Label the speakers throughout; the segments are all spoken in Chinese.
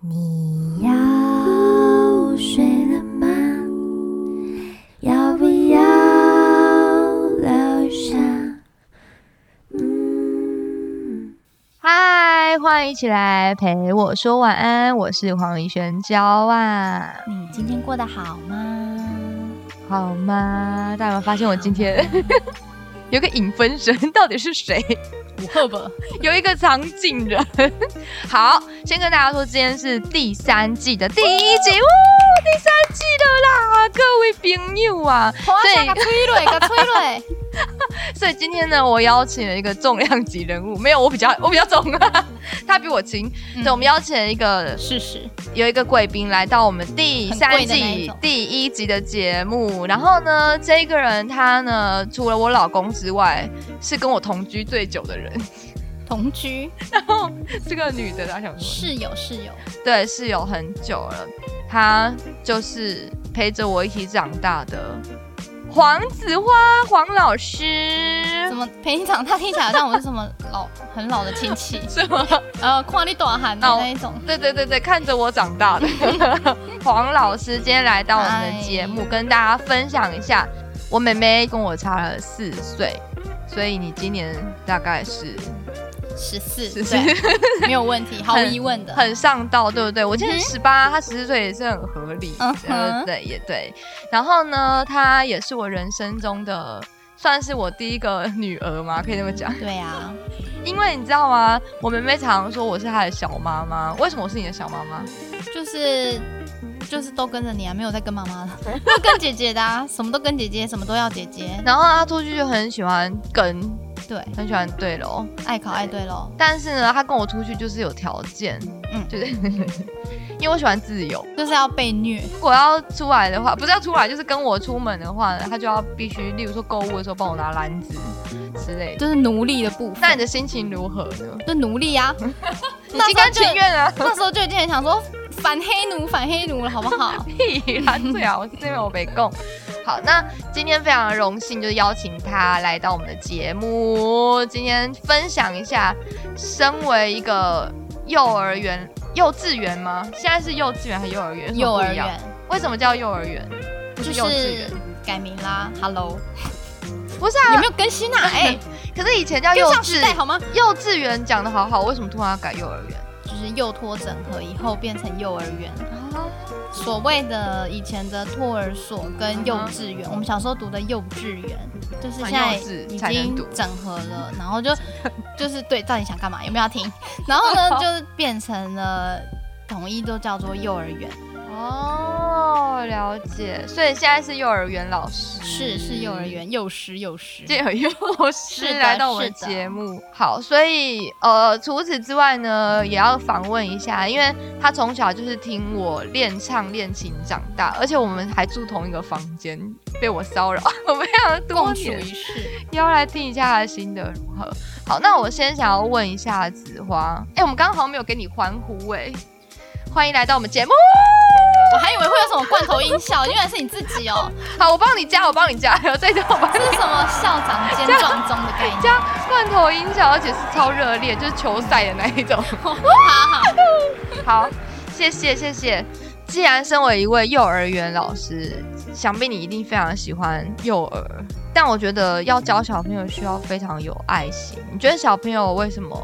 Speaker 1: 你要睡了吗？要不要留下？嗯，
Speaker 2: 嗨，欢迎一起来陪我说晚安，我是黄怡璇娇啊，
Speaker 1: 你今天过得好吗？
Speaker 2: 好吗？大家有没有发现我今天 有个影分身，到底是谁？
Speaker 1: 不喝吧。
Speaker 2: 有一个藏镜人。好，先跟大家说，今天是第三季的第一
Speaker 1: 哦
Speaker 2: 集，呜，第三季的啦，各位朋友啊，
Speaker 1: 哇，
Speaker 2: 对
Speaker 1: 给催泪，给催泪。
Speaker 2: 所以今天呢，我邀请了一个重量级人物，没有我比较我比较重，啊 他比我轻。
Speaker 1: 嗯
Speaker 2: 对，我们邀请了一个
Speaker 1: 事实，
Speaker 2: 有一个贵宾来到我们第三
Speaker 1: 很贵的那一
Speaker 2: 季
Speaker 1: 种
Speaker 2: 第一集的节目。然后呢，这个人他呢，除了我老公之外，是跟我同居最久的人，
Speaker 1: 同居，
Speaker 2: 是个女的。他想说，
Speaker 1: 室友，室友，
Speaker 2: 对，是有很久了。他就是陪着我一起长大的黄子花黄老师
Speaker 3: 怎。么陪你长大听起来好像我是什么老很老的亲戚，
Speaker 2: 什么？
Speaker 3: 呃，跨你短喊的那一种。
Speaker 2: 对对对对，看着我长大 的黄老师今天来到我们的节目，
Speaker 3: 嗨
Speaker 2: 跟大家分享一下，我妹妹跟我差了四岁，所以你今年大概是
Speaker 3: 十四
Speaker 2: 14
Speaker 3: 岁，对没有问题，毫无
Speaker 2: 很
Speaker 3: 疑问的。
Speaker 2: 很上道，对不对？我今年
Speaker 3: 嗯
Speaker 2: 十八、她十四岁也是很合理，
Speaker 3: 嗯
Speaker 2: 对
Speaker 3: 哼
Speaker 2: 对也对。然后呢，她也是我人生中的。算是我第一个女儿嘛，可以这么讲，
Speaker 3: 对啊，
Speaker 2: 因为你知道吗？我妹妹常常说我是她的小妈妈，为什么我是你的小妈妈？
Speaker 3: 就是就是都跟着你啊，没有在跟妈妈了， 都跟姐姐的啊，什么都跟姐姐，什么都要姐姐。
Speaker 2: 然后她出去就很喜欢跟，
Speaker 3: 对，
Speaker 2: 很喜欢对楼，
Speaker 3: 爱考爱对喽。
Speaker 2: 但是呢，他跟我出去就是有条件，嗯
Speaker 3: 嗯，
Speaker 2: 就是 因为我喜欢自由。
Speaker 3: 就是要被虐，
Speaker 2: 如果要出来的话，不是要出来，就是跟我出门的话呢，他就要必须，例如说购物的时候帮我拿篮子之类的。
Speaker 3: 就是奴隶的部分。
Speaker 2: 那你的心情如何呢？
Speaker 3: 就奴隶啊，
Speaker 2: 你
Speaker 3: 那
Speaker 2: 心
Speaker 3: 时候
Speaker 2: 甘
Speaker 3: 就
Speaker 2: 情愿 啊？
Speaker 3: 那时候就已经很想说反黑奴，反黑奴了，好不 好？
Speaker 2: 屁啦，最好我这边我没空。好，那今天非常荣幸，就邀请他来到我们的节目，今天分享一下，身为一个幼儿园、幼稚园吗？现在是幼稚园还是幼儿园？有什
Speaker 3: 幼
Speaker 2: 么不
Speaker 3: 儿
Speaker 2: 一样
Speaker 3: 园
Speaker 2: 为什么叫幼儿园？不
Speaker 3: 就是
Speaker 2: 幼稚园，
Speaker 3: 改名啦，Hello，
Speaker 2: 不是
Speaker 3: 有
Speaker 2: 啊
Speaker 3: 没？有更 新啊？哎、
Speaker 2: 可是以前叫幼
Speaker 3: 跟上时代
Speaker 2: 稚
Speaker 3: 好吗？
Speaker 2: 幼稚园讲的好好，为什么突然要改幼儿园？
Speaker 3: 就是幼托整合以后变成幼儿园，啊所谓的以前的托儿所跟幼稚园，我们小时候读的幼稚园，就是现在
Speaker 2: 很幼稚
Speaker 3: 已
Speaker 2: 才能读
Speaker 3: 经整合了，然后就 就是对，到底想干嘛？有没有要听？ 然后 呢，就是变成了统一都叫做幼儿园，
Speaker 2: 哦，了解。所以现在是幼儿园老师，
Speaker 3: 是是幼儿。园，幼师幼师，
Speaker 2: 这有幼
Speaker 3: 是
Speaker 2: 师
Speaker 3: 的
Speaker 2: 来到我们
Speaker 3: 是的
Speaker 2: 节目，好，所以呃，除此之外呢，也要访问一下，因为他从小就是听我练唱练琴长大，而且我们还住同一个房间，被我骚扰， 我非常多
Speaker 3: 共处
Speaker 2: 年
Speaker 3: 一室。
Speaker 2: 要来听一下他的心得如何。好，那我先想要问一下子花，哎、我们刚刚好像没有给你欢呼哎、欢迎来到我们节目。
Speaker 3: 我还以为会有什么罐头音效，原来是你自己哦，
Speaker 2: 好，我帮你加，我帮你加，然后再叫我帮
Speaker 3: 这
Speaker 2: 你
Speaker 3: 是什么校长兼撞钟的概念？
Speaker 2: 加罐头音效，而且是超热烈，就是球赛的那一种。
Speaker 3: 好好，
Speaker 2: 好，谢谢谢谢。既然身为一位幼儿园老师，想必你一定非常喜欢幼儿，但我觉得要教小朋友需要非常有爱心。你觉得小朋友为什么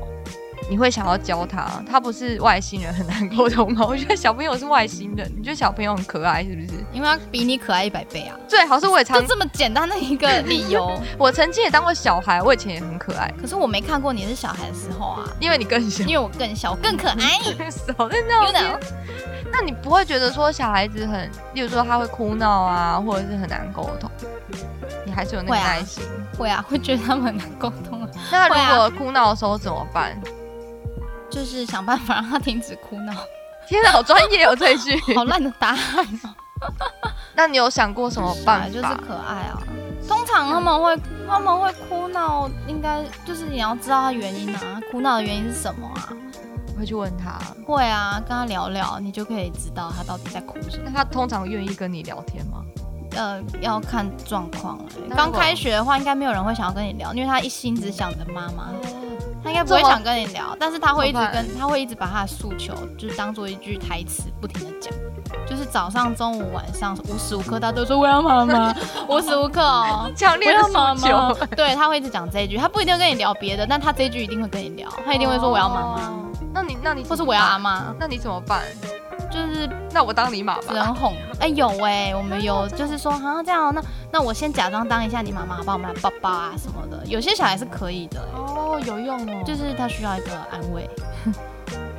Speaker 2: 你会想要教他？他不是外星人很难沟通吗？我觉得小朋友是外星人，你觉得小朋友很可爱是不是？
Speaker 3: 因为要比你可爱一百倍啊。
Speaker 2: 最好是我也
Speaker 3: 就
Speaker 2: 常，
Speaker 3: 这么简单的一个理由。
Speaker 2: 我曾经也当过小孩，我以前也很可爱，
Speaker 3: 可是我没看过你是小孩的时候啊，
Speaker 2: 因为你更小
Speaker 3: 因，为我更小，我更可 爱。
Speaker 2: 手在
Speaker 3: You
Speaker 2: 那边
Speaker 3: know，。
Speaker 2: 那你不会觉得说小孩子很，例如说他会哭闹啊，或者是很难沟通，你还是有那个
Speaker 3: 会啊
Speaker 2: 耐心。
Speaker 3: 会啊，会觉得他们很难沟通啊，
Speaker 2: 那如
Speaker 3: 会啊
Speaker 2: 果哭闹的时候怎么办？
Speaker 3: 就是想办法让他停止哭闹。
Speaker 2: 天哪，好专业哦这一句。
Speaker 3: 好烂的答案哦，
Speaker 2: 那你有想过什么办法？
Speaker 3: 就是可爱啊。通常他们会他们会哭闹，应该就是你要知道他原因啊，哭闹的原因是什么啊？
Speaker 2: 会去问他。
Speaker 3: 会啊，跟他聊聊，你就可以知道他到底在哭什么。
Speaker 2: 那他通常愿意跟你聊天吗？
Speaker 3: 呃，要看状况了啊
Speaker 2: 那。如
Speaker 3: 刚
Speaker 2: 果
Speaker 3: 啊开学的话，应该没有人会想要跟你聊，因为他一心只想着妈妈。他应该不会
Speaker 2: 这么
Speaker 3: 想跟你聊，但是他会一直
Speaker 2: 怎么办
Speaker 3: 跟他会一直把他的诉求就是当做一句台词不停的讲，就是早上、中午、晚上无时无刻他都说我要妈 妈，无时无刻哦。
Speaker 2: 强
Speaker 3: 不
Speaker 2: 烈的
Speaker 3: 要
Speaker 2: 诉
Speaker 3: 妈妈
Speaker 2: 求，，
Speaker 3: 对他会一直讲这一句，他不一定会跟你聊别的，但他这一句一定会跟你聊，他一定会说我要妈妈，
Speaker 2: 哦。 那你那你
Speaker 3: 或是
Speaker 2: 怎么
Speaker 3: 我要阿
Speaker 2: 办，
Speaker 3: 妈，
Speaker 2: 那你怎么办？
Speaker 3: 就是
Speaker 2: 那我当你妈
Speaker 3: 只
Speaker 2: 吧。
Speaker 3: 能哄。哎、有哎、我们有就是说，好、像这样哦，那那我先假装当一下你妈妈，好不好？我们来抱抱啊什么的。有些小孩是可以的、
Speaker 2: 哦，有用哦，
Speaker 3: 就是是他需要一个安慰，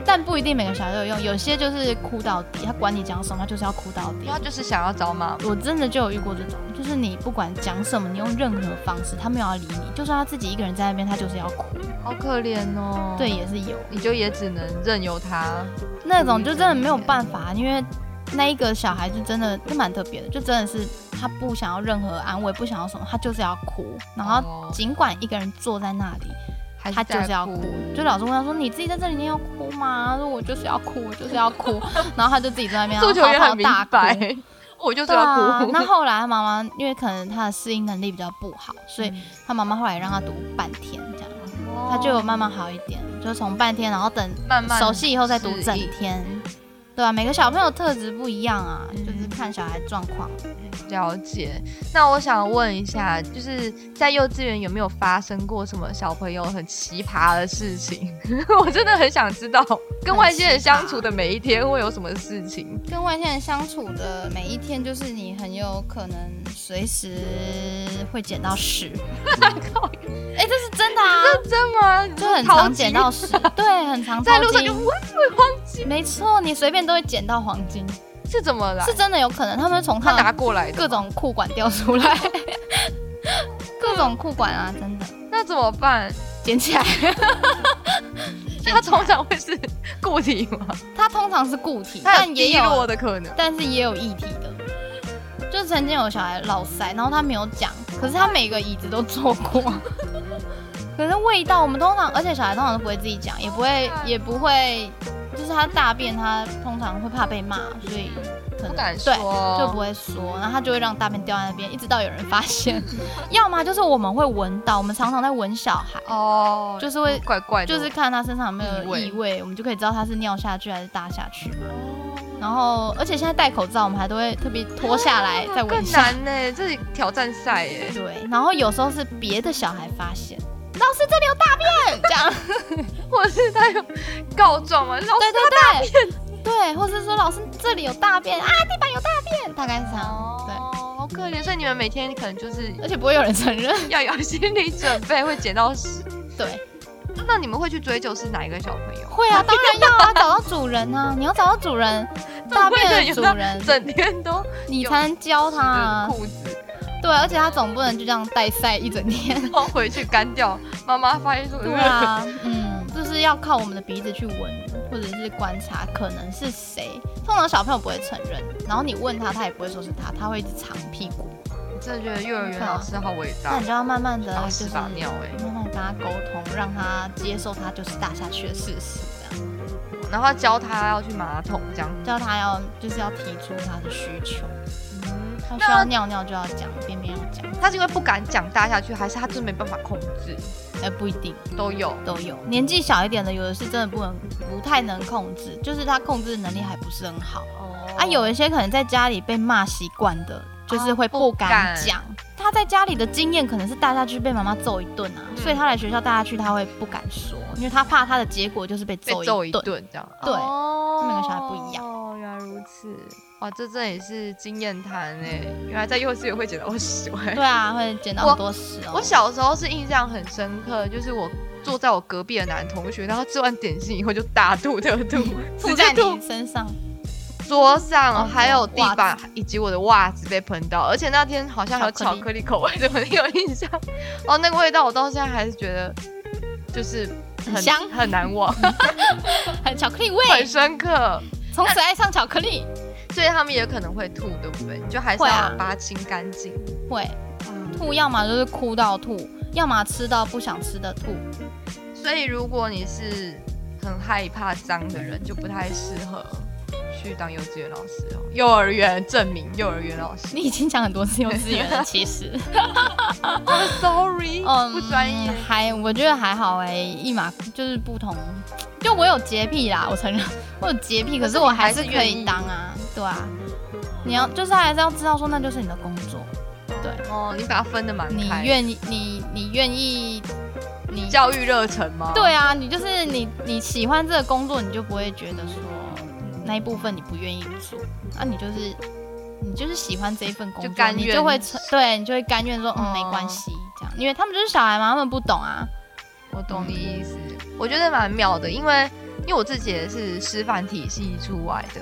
Speaker 3: 但不一定每个小孩都有用。有些就是哭到底，他管你讲什么，他就是要哭到底
Speaker 2: 他。就是想要找妈妈。
Speaker 3: 我真的就有遇过这种，就是你不管讲什么，你用任何方式，他没有要理你，就算他自己一个人在那边，他就是要哭。
Speaker 2: 好可怜哦。
Speaker 3: 对，，也是有
Speaker 2: 你就也只能任由他。
Speaker 3: 那种，就真的没有办法，因为那一个小孩就真的是蛮特别的，就真的是他不想要任何安慰，不想要什么，他就是要哭，然后
Speaker 2: 哦
Speaker 3: 尽管一个人坐在那里，
Speaker 2: 还
Speaker 3: 他就是
Speaker 2: 在
Speaker 3: 要哭。 就老师问他说：“你自己在这里你要哭吗？”他说：“我就是要哭，我就是要 哭。”然后他就自己坐在那边，
Speaker 2: 诉求也
Speaker 3: 然后
Speaker 2: 很
Speaker 3: 嚎啕
Speaker 2: 明
Speaker 3: 大哭。
Speaker 2: 白， 我就是
Speaker 3: 对
Speaker 2: 要
Speaker 3: 啊
Speaker 2: 哭。，
Speaker 3: 那后来他妈妈因为可能他的适应能力比较不好，所
Speaker 2: 嗯
Speaker 3: 以他妈妈后来让他读半天这样，
Speaker 2: 哦
Speaker 3: 他就有慢慢好一点，就从半天，然后等
Speaker 2: 慢慢
Speaker 3: 熟悉以后再读
Speaker 2: 适
Speaker 3: 整
Speaker 2: 应
Speaker 3: 天，对啊，每个小朋友特质不一样啊，
Speaker 2: 嗯
Speaker 3: 就是看小孩状况。
Speaker 2: 了解。那我想问一下，就是在幼稚园有没有发生过什么小朋友很奇葩的事情？ 我真的很想知道，跟外星人相处的每一天会有什么事情？
Speaker 3: 跟外星人相处的每一天，就是你很有可能随时会捡到屎。 哎、这是真的啊，
Speaker 2: 真吗？你
Speaker 3: 就
Speaker 2: 说
Speaker 3: 很
Speaker 2: 淘
Speaker 3: 常
Speaker 2: 金
Speaker 3: 捡到屎，对，很常
Speaker 2: 在
Speaker 3: 淘
Speaker 2: 路上
Speaker 3: 金
Speaker 2: 就哇，黄金
Speaker 3: 没错，你随便都会捡到黄金，
Speaker 2: 是怎么啦？
Speaker 3: 是真的有可能，他们从
Speaker 2: 啊他
Speaker 3: 他
Speaker 2: 拿
Speaker 3: 的
Speaker 2: 过来的
Speaker 3: 各种库管掉出 来，各种库管啊，真的
Speaker 2: 那怎么办？
Speaker 3: 捡 起来。
Speaker 2: 他通常会是固体吗？
Speaker 3: 它通常是固体，
Speaker 2: 它
Speaker 3: 但
Speaker 2: 有
Speaker 3: 也
Speaker 2: 低落
Speaker 3: 有，
Speaker 2: 的可能。
Speaker 3: 但是也有液体的。就是曾经有小孩老塞，然后他没有讲，可是他每个椅子都坐过。 可是味道，我们通常，而且小孩通常都不会自己讲，也不会，也不会，就是他大便，他通常会怕被骂，所以可能
Speaker 2: 不敢
Speaker 3: 对，
Speaker 2: 说，
Speaker 3: 就不会说，然后他就会让大便掉在那边，一直到有人 发现，要么就是我们会闻到，我们常常在闻小孩，
Speaker 2: 哦，
Speaker 3: 就是会
Speaker 2: 怪怪的，
Speaker 3: 就是看他身上有没
Speaker 2: 异
Speaker 3: 有
Speaker 2: 味
Speaker 3: 异味，我们就可以知道他是尿下去还是大下去嘛。
Speaker 2: 哦
Speaker 3: 然后，而且现在戴口罩，我们还都会特别脱下来再闻一
Speaker 2: 更
Speaker 3: 下。
Speaker 2: 难呢，这是挑战赛耶。
Speaker 3: 对，然后有时候是别的小孩发现，老师这里有大便，这样，
Speaker 2: 或者是他有告状嘛，老
Speaker 3: 对
Speaker 2: 师
Speaker 3: 对对，对，或是说老师这里有大便啊，地板有大便，大概是这样，对
Speaker 2: 哦，好可怜。所以你们每天可能就是
Speaker 3: 而且不会有人承认。
Speaker 2: 要有心理准备，会捡到屎。
Speaker 3: 对，
Speaker 2: 那你们会去追究是哪一个小朋友？
Speaker 3: 会啊，当然要啊，找到主人 啊，你要找到主人，大便的主人，
Speaker 2: 整天都
Speaker 3: 你才能教他
Speaker 2: 啊
Speaker 3: 啊。
Speaker 2: 裤子，
Speaker 3: 对，而且他总不能就这样带晒一整天。
Speaker 2: 然后回去干掉。妈妈发现说，
Speaker 3: 对啊，嗯，就是要靠我们的鼻子去闻，或者是观察可能是谁。通常小朋友不会承认，然后你问他，他也不会说是他，他会一直藏屁股。
Speaker 2: 我真的觉得幼儿园老师好伟
Speaker 3: 那
Speaker 2: 大
Speaker 3: 你，就要慢慢的
Speaker 2: 把
Speaker 3: 就
Speaker 2: 屎
Speaker 3: 是
Speaker 2: 把
Speaker 3: 慢
Speaker 2: 尿哎。
Speaker 3: 慢地跟他沟通，让他接受他就是大下去的事实，这样
Speaker 2: 然后教他要去马桶这样。
Speaker 3: 叫他要就是要提出他的需求，
Speaker 2: 嗯
Speaker 3: 他需要
Speaker 2: 那
Speaker 3: 尿尿就要讲，便便要讲，
Speaker 2: 他是因为不敢讲大下去，还是他真没办法控制？
Speaker 3: 哎、不一定。
Speaker 2: 都有。
Speaker 3: 都有。年纪小一点的，有的是真的不能、不太能控制，就是他控制能力还不是很好
Speaker 2: 哦
Speaker 3: 啊。有一些可能在家里被骂习惯的，就是会不敢讲。他在家里的经验可能是大家去被妈妈揍一顿啊，
Speaker 2: 嗯
Speaker 3: 所以他来学校大家去他会不敢说，因为他怕他的结果就是被
Speaker 2: 被
Speaker 3: 揍
Speaker 2: 揍一
Speaker 3: 一顿。
Speaker 2: 顿这样。
Speaker 3: 对
Speaker 2: 哦
Speaker 3: 跟每个小孩不一样
Speaker 2: 哦，原来如此。哇，这真的也是经验谈哎，原来在幼稚园会捡到屎哎。
Speaker 3: 对啊，会捡到
Speaker 2: 我
Speaker 3: 很多屎哦。
Speaker 2: 我小时候是印象很深刻，就是我坐在我隔壁的男同学，然后吃完点心以后就大吐特吐，直
Speaker 3: 吐
Speaker 2: 接
Speaker 3: 在
Speaker 2: 吐
Speaker 3: 你身上，
Speaker 2: 桌
Speaker 3: 哦
Speaker 2: 上，还有地
Speaker 3: 袜
Speaker 2: 板以及我的袜子被喷到，而且那天好像有
Speaker 3: 巧
Speaker 2: 巧
Speaker 3: 克
Speaker 2: 克力口味的，我有印象。 哦，那个味道我到现在还是觉得就是很
Speaker 3: 很香
Speaker 2: 很难 忘，
Speaker 3: 很哎巧克力味，
Speaker 2: 很深刻。
Speaker 3: 从此爱上巧克力。
Speaker 2: 所以他们也可能会吐，对不对？就还是
Speaker 3: 会啊
Speaker 2: 要把它清干净。
Speaker 3: 会
Speaker 2: 嗯，
Speaker 3: 吐，要么就是哭到吐，要么吃到不想吃的吐。
Speaker 2: 所以如果你是很害怕脏的人，就不太适合去当幼稚园老师哦，幼儿园证明幼儿园老 师。
Speaker 3: 你已经讲很多次幼稚园了，其实，
Speaker 2: 哦 Sorry，、不 专业。
Speaker 3: 还我觉得还好哎、一码就是不同，就我有洁癖啦，我承认我有洁癖，可是我还是可以当啊，对啊，你要就是还是要知道说那就是你的工作，
Speaker 2: 哦，你把它分的蛮
Speaker 3: 你
Speaker 2: 开，
Speaker 3: 愿意你你愿意你
Speaker 2: 教育热忱吗？
Speaker 3: 对啊，你就是你你喜欢这个工作，你就不会觉得说那一部分你不愿意做，啊，你就是你就是喜欢这一份工作，
Speaker 2: 就甘
Speaker 3: 你
Speaker 2: 愿
Speaker 3: 就会承对你就会甘愿说嗯
Speaker 2: 哦
Speaker 3: 没关系这样，因为他们就是小孩嘛，他们不懂啊，
Speaker 2: 我懂你意思，我觉得蛮妙的，因为因为我自己也是师范体系出来的，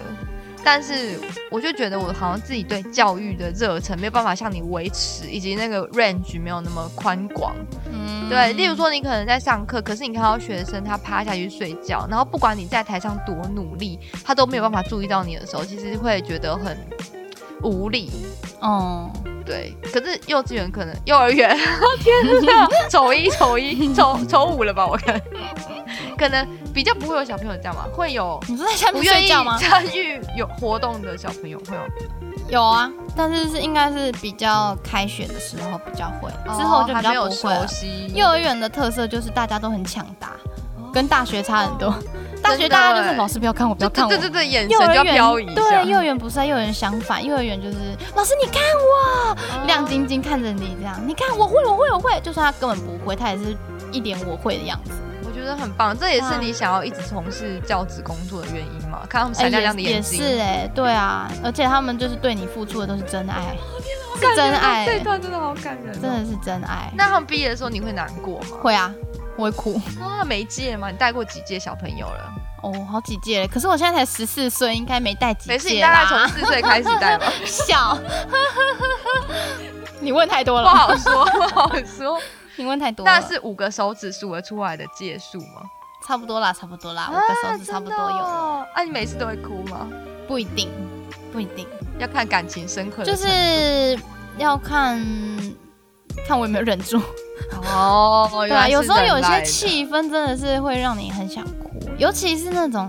Speaker 2: 但是我就觉得我好像自己对教育的热忱没有办法像你维持，以及那个 range 没有那么宽广。
Speaker 3: 嗯，
Speaker 2: 对，例如说你可能在上课，可是你看到学生他趴下去睡觉，然后不管你在台上多努力，他都没有办法注意到你的时候，其实会觉得很无力。
Speaker 3: 哦、
Speaker 2: 对，可是幼稚园可能幼儿园，天哪， 丑一丑一丑丑五了吧？我看，可能比较不会有小朋友这样吧，会有
Speaker 3: 你是在下
Speaker 2: 不
Speaker 3: 面
Speaker 2: 愿
Speaker 3: 睡
Speaker 2: 意
Speaker 3: 觉吗？
Speaker 2: 参与有活动的小朋友会有，
Speaker 3: 有啊，但是是应该是比较开学的时候比较会，之
Speaker 2: 哦
Speaker 3: 后就
Speaker 2: 还
Speaker 3: 比
Speaker 2: 没
Speaker 3: 较
Speaker 2: 有
Speaker 3: 不会了
Speaker 2: 熟。悉，
Speaker 3: 幼儿园的特色就是大家都很抢答，跟大学差很多。大学
Speaker 2: 真的
Speaker 3: 大家就
Speaker 2: 欸
Speaker 3: 是老师不要看我，不
Speaker 2: 对
Speaker 3: 要看我
Speaker 2: 对，对哦对，眼
Speaker 3: 幼
Speaker 2: 神
Speaker 3: 儿
Speaker 2: 就要
Speaker 3: 园
Speaker 2: 飘移一下
Speaker 3: 对，，幼儿园不是啊，幼儿园相反，幼儿园就是老师你看我，
Speaker 2: 哦
Speaker 3: 亮晶晶看着你这样，你看我会我会我会，就算他根本不会，他也是一脸我会的样子，
Speaker 2: 我觉得很棒，这也是
Speaker 3: 哇
Speaker 2: 你想要一直从事教职工作的原因嘛？看他们闪亮亮的
Speaker 3: 哎也
Speaker 2: 眼
Speaker 3: 也
Speaker 2: 睛，
Speaker 3: 是哎、对啊，而且他们就是对你付出的都是真爱，
Speaker 2: 好
Speaker 3: 是
Speaker 2: 感
Speaker 3: 真
Speaker 2: 人哦
Speaker 3: 爱 欸
Speaker 2: 这一段真的好感人、哦，
Speaker 3: 真的是真爱，
Speaker 2: 那他们毕业的时候你会难过吗？
Speaker 3: 会啊，我会哭
Speaker 2: 啊，没届吗？你带过几届小朋友了？
Speaker 3: 哦，好几届了，可是我现在才十四岁，应该没带几
Speaker 2: 没事，你
Speaker 3: 届
Speaker 2: 大概从
Speaker 3: 啦，
Speaker 2: 四岁开始带吧，
Speaker 3: 笑，你问太多
Speaker 2: 不
Speaker 3: 了，
Speaker 2: 好 说，不好说。
Speaker 3: 你问太多了，
Speaker 2: 那是五个手指数得出来的届数吗？
Speaker 3: 差不多啦，差不多
Speaker 2: 啊
Speaker 3: 啦，五个手指差不多有了。
Speaker 2: 有。啊，你每次都会哭吗？
Speaker 3: 不一定，不一定，
Speaker 2: 要看感情深刻的
Speaker 3: 就
Speaker 2: 程度。
Speaker 3: 是要看看我有没有忍住。
Speaker 2: 哦，
Speaker 3: 对
Speaker 2: 原
Speaker 3: 啊，
Speaker 2: 来是
Speaker 3: 有时候有
Speaker 2: 忍
Speaker 3: 一
Speaker 2: 耐
Speaker 3: 些
Speaker 2: 的，
Speaker 3: 气氛真的是会让你很想哭，尤其是那种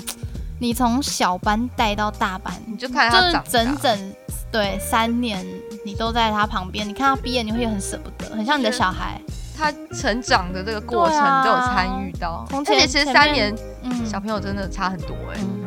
Speaker 3: 你从小班带到大班，
Speaker 2: 你就看
Speaker 3: 就
Speaker 2: 他
Speaker 3: 是
Speaker 2: 长
Speaker 3: 整
Speaker 2: 大
Speaker 3: 整对三年，你都在他旁边，你看他毕业，你会很舍不得，很像你的小孩。
Speaker 2: 他成长的这个过程
Speaker 3: 对啊
Speaker 2: 都有参与到，
Speaker 3: 从
Speaker 2: 而且
Speaker 3: 前
Speaker 2: 其实
Speaker 3: 前
Speaker 2: 三
Speaker 3: 面
Speaker 2: 年
Speaker 3: 嗯，
Speaker 2: 小朋友真的差很多哎、
Speaker 3: 嗯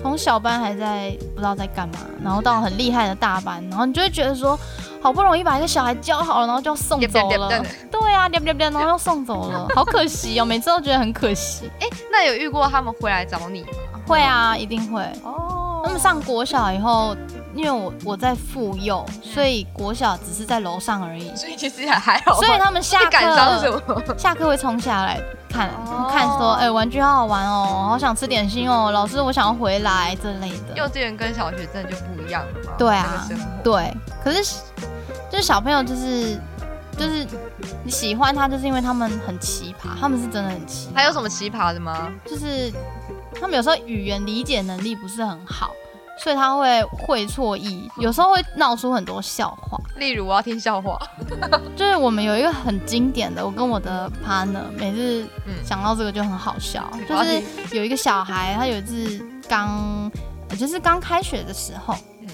Speaker 3: 从小班还在不知道在干嘛，然后到很厉害的大班，然后你就会觉得说，好不容易把一个小孩教好了，然后就要嗯送走了。对啊，点点点，然后又送走了，好可惜哦！每次都觉得很可惜。
Speaker 2: 那有遇过他们回来找你吗？
Speaker 3: 会
Speaker 2: 嗯
Speaker 3: 啊，一定会。
Speaker 2: 哦
Speaker 3: 他们上国小以后，因为我我在妇幼，所以国小只是在楼上而已，
Speaker 2: 所以其实也还好吧，
Speaker 3: 所以他们下
Speaker 2: 你感伤什
Speaker 3: 课
Speaker 2: 么？
Speaker 3: 下课会冲下来看
Speaker 2: 哦
Speaker 3: 看说，哎、玩具好好玩哦，好想吃点心哦，老师我想要回来这类
Speaker 2: 幼
Speaker 3: 的。
Speaker 2: 稚园跟小学真的就不一样了嘛，
Speaker 3: 对啊
Speaker 2: 那个生活
Speaker 3: 对，可是就是小朋友就是就是你喜欢他，就是因为他们很奇葩，他们是真的很奇葩。
Speaker 2: 还有什么奇葩的吗？
Speaker 3: 就是他们有时候语言理解能力不是很好，所以他会会错意，有时候会闹出很多笑话。
Speaker 2: 例如我要听笑话，
Speaker 3: 就是我们有一个很经典的，我跟我的 partner 每次
Speaker 2: 嗯
Speaker 3: 想到这个就很好笑，
Speaker 2: 我要
Speaker 3: 就是
Speaker 2: 听
Speaker 3: 有一个小孩，他有一次刚，呃就是刚开学的时候
Speaker 2: 嗯，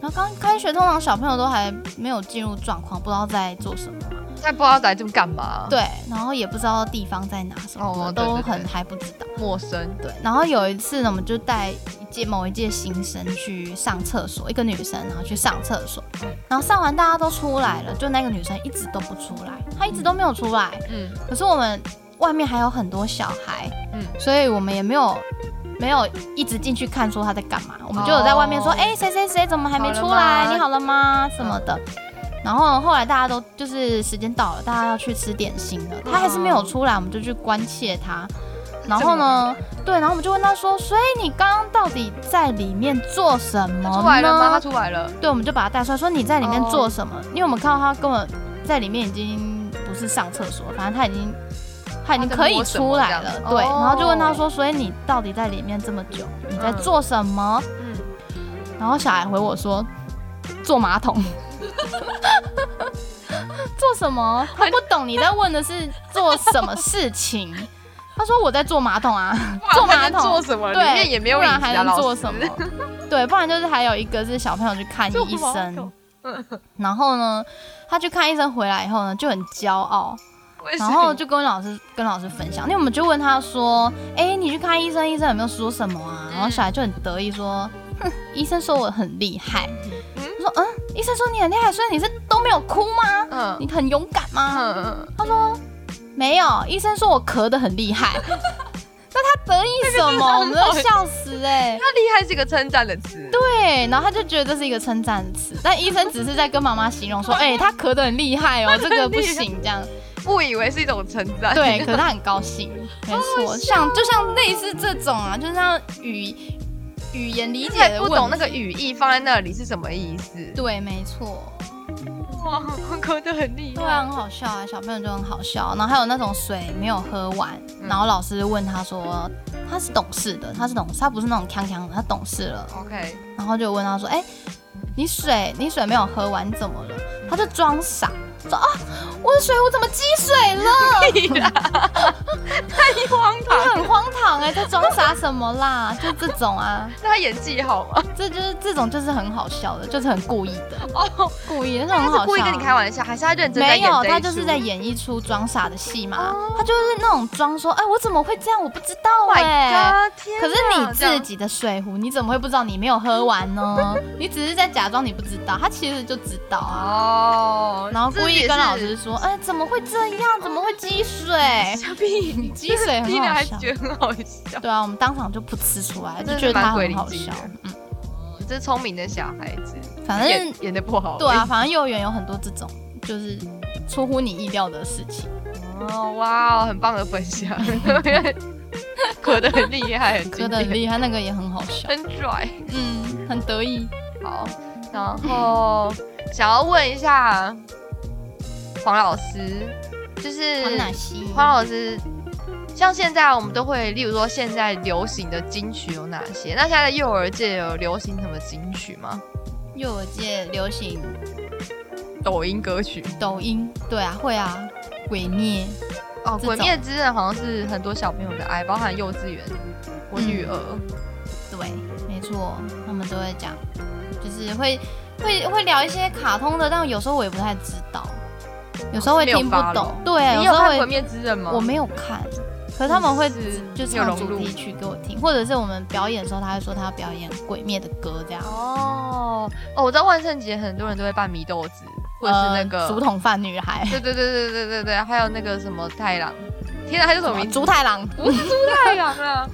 Speaker 3: 然后刚开学通常小朋友都还没有进入状况，不知道在做什么。
Speaker 2: 他不知道来这么干嘛，，
Speaker 3: 对，然后也不知道地方在哪什么
Speaker 2: 哦
Speaker 3: 的，
Speaker 2: 对
Speaker 3: 都
Speaker 2: 对对
Speaker 3: 很还不知道。
Speaker 2: 陌生，
Speaker 3: 对，然后有一次呢，我们就带一届某一届新生去上厕所，一个女生，然后去上厕所，然后上完大家都出来了，就那个女生一直都不出来，她一直都没有出来。
Speaker 2: 嗯，
Speaker 3: 可是我们外面还有很多小孩，
Speaker 2: 嗯
Speaker 3: 嗯，所以我们也没有没有一直进去看说她在干嘛，我们就有在外面说，
Speaker 2: 哦
Speaker 3: 哎、谁谁谁怎么还没
Speaker 2: 好了
Speaker 3: 出
Speaker 2: 吗
Speaker 3: 来？
Speaker 2: 嗯
Speaker 3: 你好了吗？什么的。然后后来大家都就是时间到了，大家要去吃点心了，她还是没有出来，我们就去关切她。
Speaker 2: 嗯
Speaker 3: 然后呢，对，然后我们就问他说：“所以你刚刚到底在里面做什么
Speaker 2: 他
Speaker 3: 呢？”
Speaker 2: 出来了吗？他出来了，
Speaker 3: 对，我们就把他带出来，说你在里面
Speaker 2: 哦
Speaker 3: 做什么？因为我们看到他根本在里面已经不是上厕所，反正他已经他已经
Speaker 2: 他在
Speaker 3: 可以
Speaker 2: 摸什么
Speaker 3: 出来
Speaker 2: 这
Speaker 3: 了
Speaker 2: 样，子
Speaker 3: 对。
Speaker 2: 哦
Speaker 3: 然后就问他说：“所以你到底在里面这么久，你在
Speaker 2: 嗯
Speaker 3: 做什么？”
Speaker 2: 嗯，
Speaker 3: 然后小孩回我说：“坐马桶。” 做什么？他不懂你在问的是做什么事情。他说我在坐马桶啊，坐马
Speaker 2: 不然他在
Speaker 3: 桶
Speaker 2: 做什么？里
Speaker 3: 对，
Speaker 2: 面也没有
Speaker 3: 不
Speaker 2: 椅
Speaker 3: 然
Speaker 2: 子
Speaker 3: 还
Speaker 2: 啊，
Speaker 3: 能
Speaker 2: 老
Speaker 3: 做
Speaker 2: 师
Speaker 3: 什么？？对，不然就是还有一个是小朋友去看
Speaker 2: 就
Speaker 3: 医
Speaker 2: 毛
Speaker 3: 生
Speaker 2: 球，
Speaker 3: 然后呢，他去看医生回来以后呢，就很骄傲，
Speaker 2: 为什
Speaker 3: 然
Speaker 2: 么
Speaker 3: 后就跟老师跟老师分享，因为我们就问他说：“哎、你去看医生，医生有没有说什么啊？”然后小孩就很得意说：“哼，医生说我很厉害。”我说：“嗯，医生说你很厉害，所以你是都没有哭吗？
Speaker 2: 嗯
Speaker 3: 你很勇敢吗
Speaker 2: 嗯，？”
Speaker 3: 他说：“没有，医生说我咳得很厉害。” 那他得意什么？我们都笑死哎、
Speaker 2: 那厉害是一个称赞的词，
Speaker 3: 对，然后他就觉得这是一个称赞词，但医生只是在跟妈妈形容说：“哎、他咳得很厉害哦，这个不行。”这样。
Speaker 2: 误以为是一种称赞。
Speaker 3: 对，可是他很高兴，没错，
Speaker 2: 哦
Speaker 3: 像就像类似这种啊，就像语语言理
Speaker 2: 而
Speaker 3: 解
Speaker 2: 且
Speaker 3: 的
Speaker 2: 不懂
Speaker 3: 问
Speaker 2: 那个
Speaker 3: 题
Speaker 2: 语义放在那里是什么意思。
Speaker 3: 对，没错，
Speaker 2: 哇，哭啊得很厉
Speaker 3: 对啊，很好笑啊，小朋友就很好笑。然后还有那种水没有喝完，
Speaker 2: 嗯
Speaker 3: 然后老师问他说他是懂事的，他是懂事，他不是那种锵锵的，他懂事了。
Speaker 2: OK，
Speaker 3: 然后就问他说，哎、你水你水没有喝完，你怎么了？他就装傻。说啊，我的水壶怎么积水 了？
Speaker 2: 太荒
Speaker 3: 他
Speaker 2: 唐，
Speaker 3: 很荒唐哎、在装傻什么啦？就这种啊。
Speaker 2: 他演技好吗？
Speaker 3: 这就是这种就是很好笑的，就是很故意的，
Speaker 2: 哦，
Speaker 3: 故意的， 那
Speaker 2: 他
Speaker 3: 很好笑
Speaker 2: 是
Speaker 3: 啊。
Speaker 2: 故意跟你开玩笑，还是他认真在
Speaker 3: 没
Speaker 2: 演
Speaker 3: 有，
Speaker 2: 这一
Speaker 3: 他就是
Speaker 2: 出哦
Speaker 3: 在演一出装傻的戏嘛。他就是那种装说，哎，我怎么会这样？我不知道
Speaker 2: Oh
Speaker 3: 哎、
Speaker 2: my god！天
Speaker 3: 可是
Speaker 2: 哪
Speaker 3: 你
Speaker 2: 这样
Speaker 3: 自己的水壶，你怎么会不知道你没有喝 完呢？你只是在假装你不知道，他其实就知道啊。
Speaker 2: 哦，
Speaker 3: 然后故意跟老师
Speaker 2: 自己
Speaker 3: 说，哎，怎么会这样？怎么会积水？
Speaker 2: 也 是。小屁，
Speaker 3: 积水哎很
Speaker 2: 听了
Speaker 3: 好
Speaker 2: 还
Speaker 3: 笑。
Speaker 2: 觉得很好笑，
Speaker 3: 对啊，我们当场就噗嗤出来，
Speaker 2: 真
Speaker 3: 就
Speaker 2: 的
Speaker 3: 觉得他
Speaker 2: 蛮鬼
Speaker 3: 很
Speaker 2: 灵
Speaker 3: 好
Speaker 2: 精
Speaker 3: 笑
Speaker 2: 的。
Speaker 3: 嗯，
Speaker 2: 这聪明的小孩子，
Speaker 3: 反正
Speaker 2: 演演的不好。
Speaker 3: 对啊，，反正幼儿园有很多这种就是出乎你意料的事情。
Speaker 2: 哦哇，很棒的分 享，咳得很厉害，很
Speaker 3: 觉
Speaker 2: 经
Speaker 3: 得很
Speaker 2: 典，
Speaker 3: 厉害，那个也很好笑，
Speaker 2: 很拽。嗯
Speaker 3: 嗯，很得意。
Speaker 2: 好，然后想要问一下黄老师，就是
Speaker 3: 黄乃西，
Speaker 2: 黄老师，像现在我们都会，例如说现在流行的金曲有哪些？那现在幼儿界有流行什么金曲吗？
Speaker 3: 幼儿界流行
Speaker 2: 抖音歌曲
Speaker 3: 抖音，对啊，会啊，鬼灭，
Speaker 2: 哦，《
Speaker 3: 这
Speaker 2: 鬼
Speaker 3: 种
Speaker 2: 灭之刃》好像是很多小朋友的爱，包含幼稚园。我
Speaker 3: 嗯
Speaker 2: 女儿，
Speaker 3: 对，没错，他们都会讲，就是会会会聊一些卡通的，但有时候我也不太知道，有时
Speaker 2: 哦
Speaker 3: 候会听不懂，对啊，
Speaker 2: 你
Speaker 3: 有
Speaker 2: 有
Speaker 3: 时候
Speaker 2: 看《鬼
Speaker 3: 会
Speaker 2: 灭之刃》吗？
Speaker 3: 我没有看，可是他们会
Speaker 2: 是
Speaker 3: 就
Speaker 2: 有
Speaker 3: 唱
Speaker 2: 融
Speaker 3: 主
Speaker 2: 入
Speaker 3: 题曲给我听，或者是我们表演的时候，他会说他要表演鬼灭的歌这样。
Speaker 2: 哦哦，我知道万圣节很多人都会扮米豆子，或者是那个
Speaker 3: 呃竹筒饭女孩，
Speaker 2: 对对对对对对对，还有那个什么太郎，天哪，他叫什么名字？
Speaker 3: 竹太郎
Speaker 2: 不是猪太郎 啦，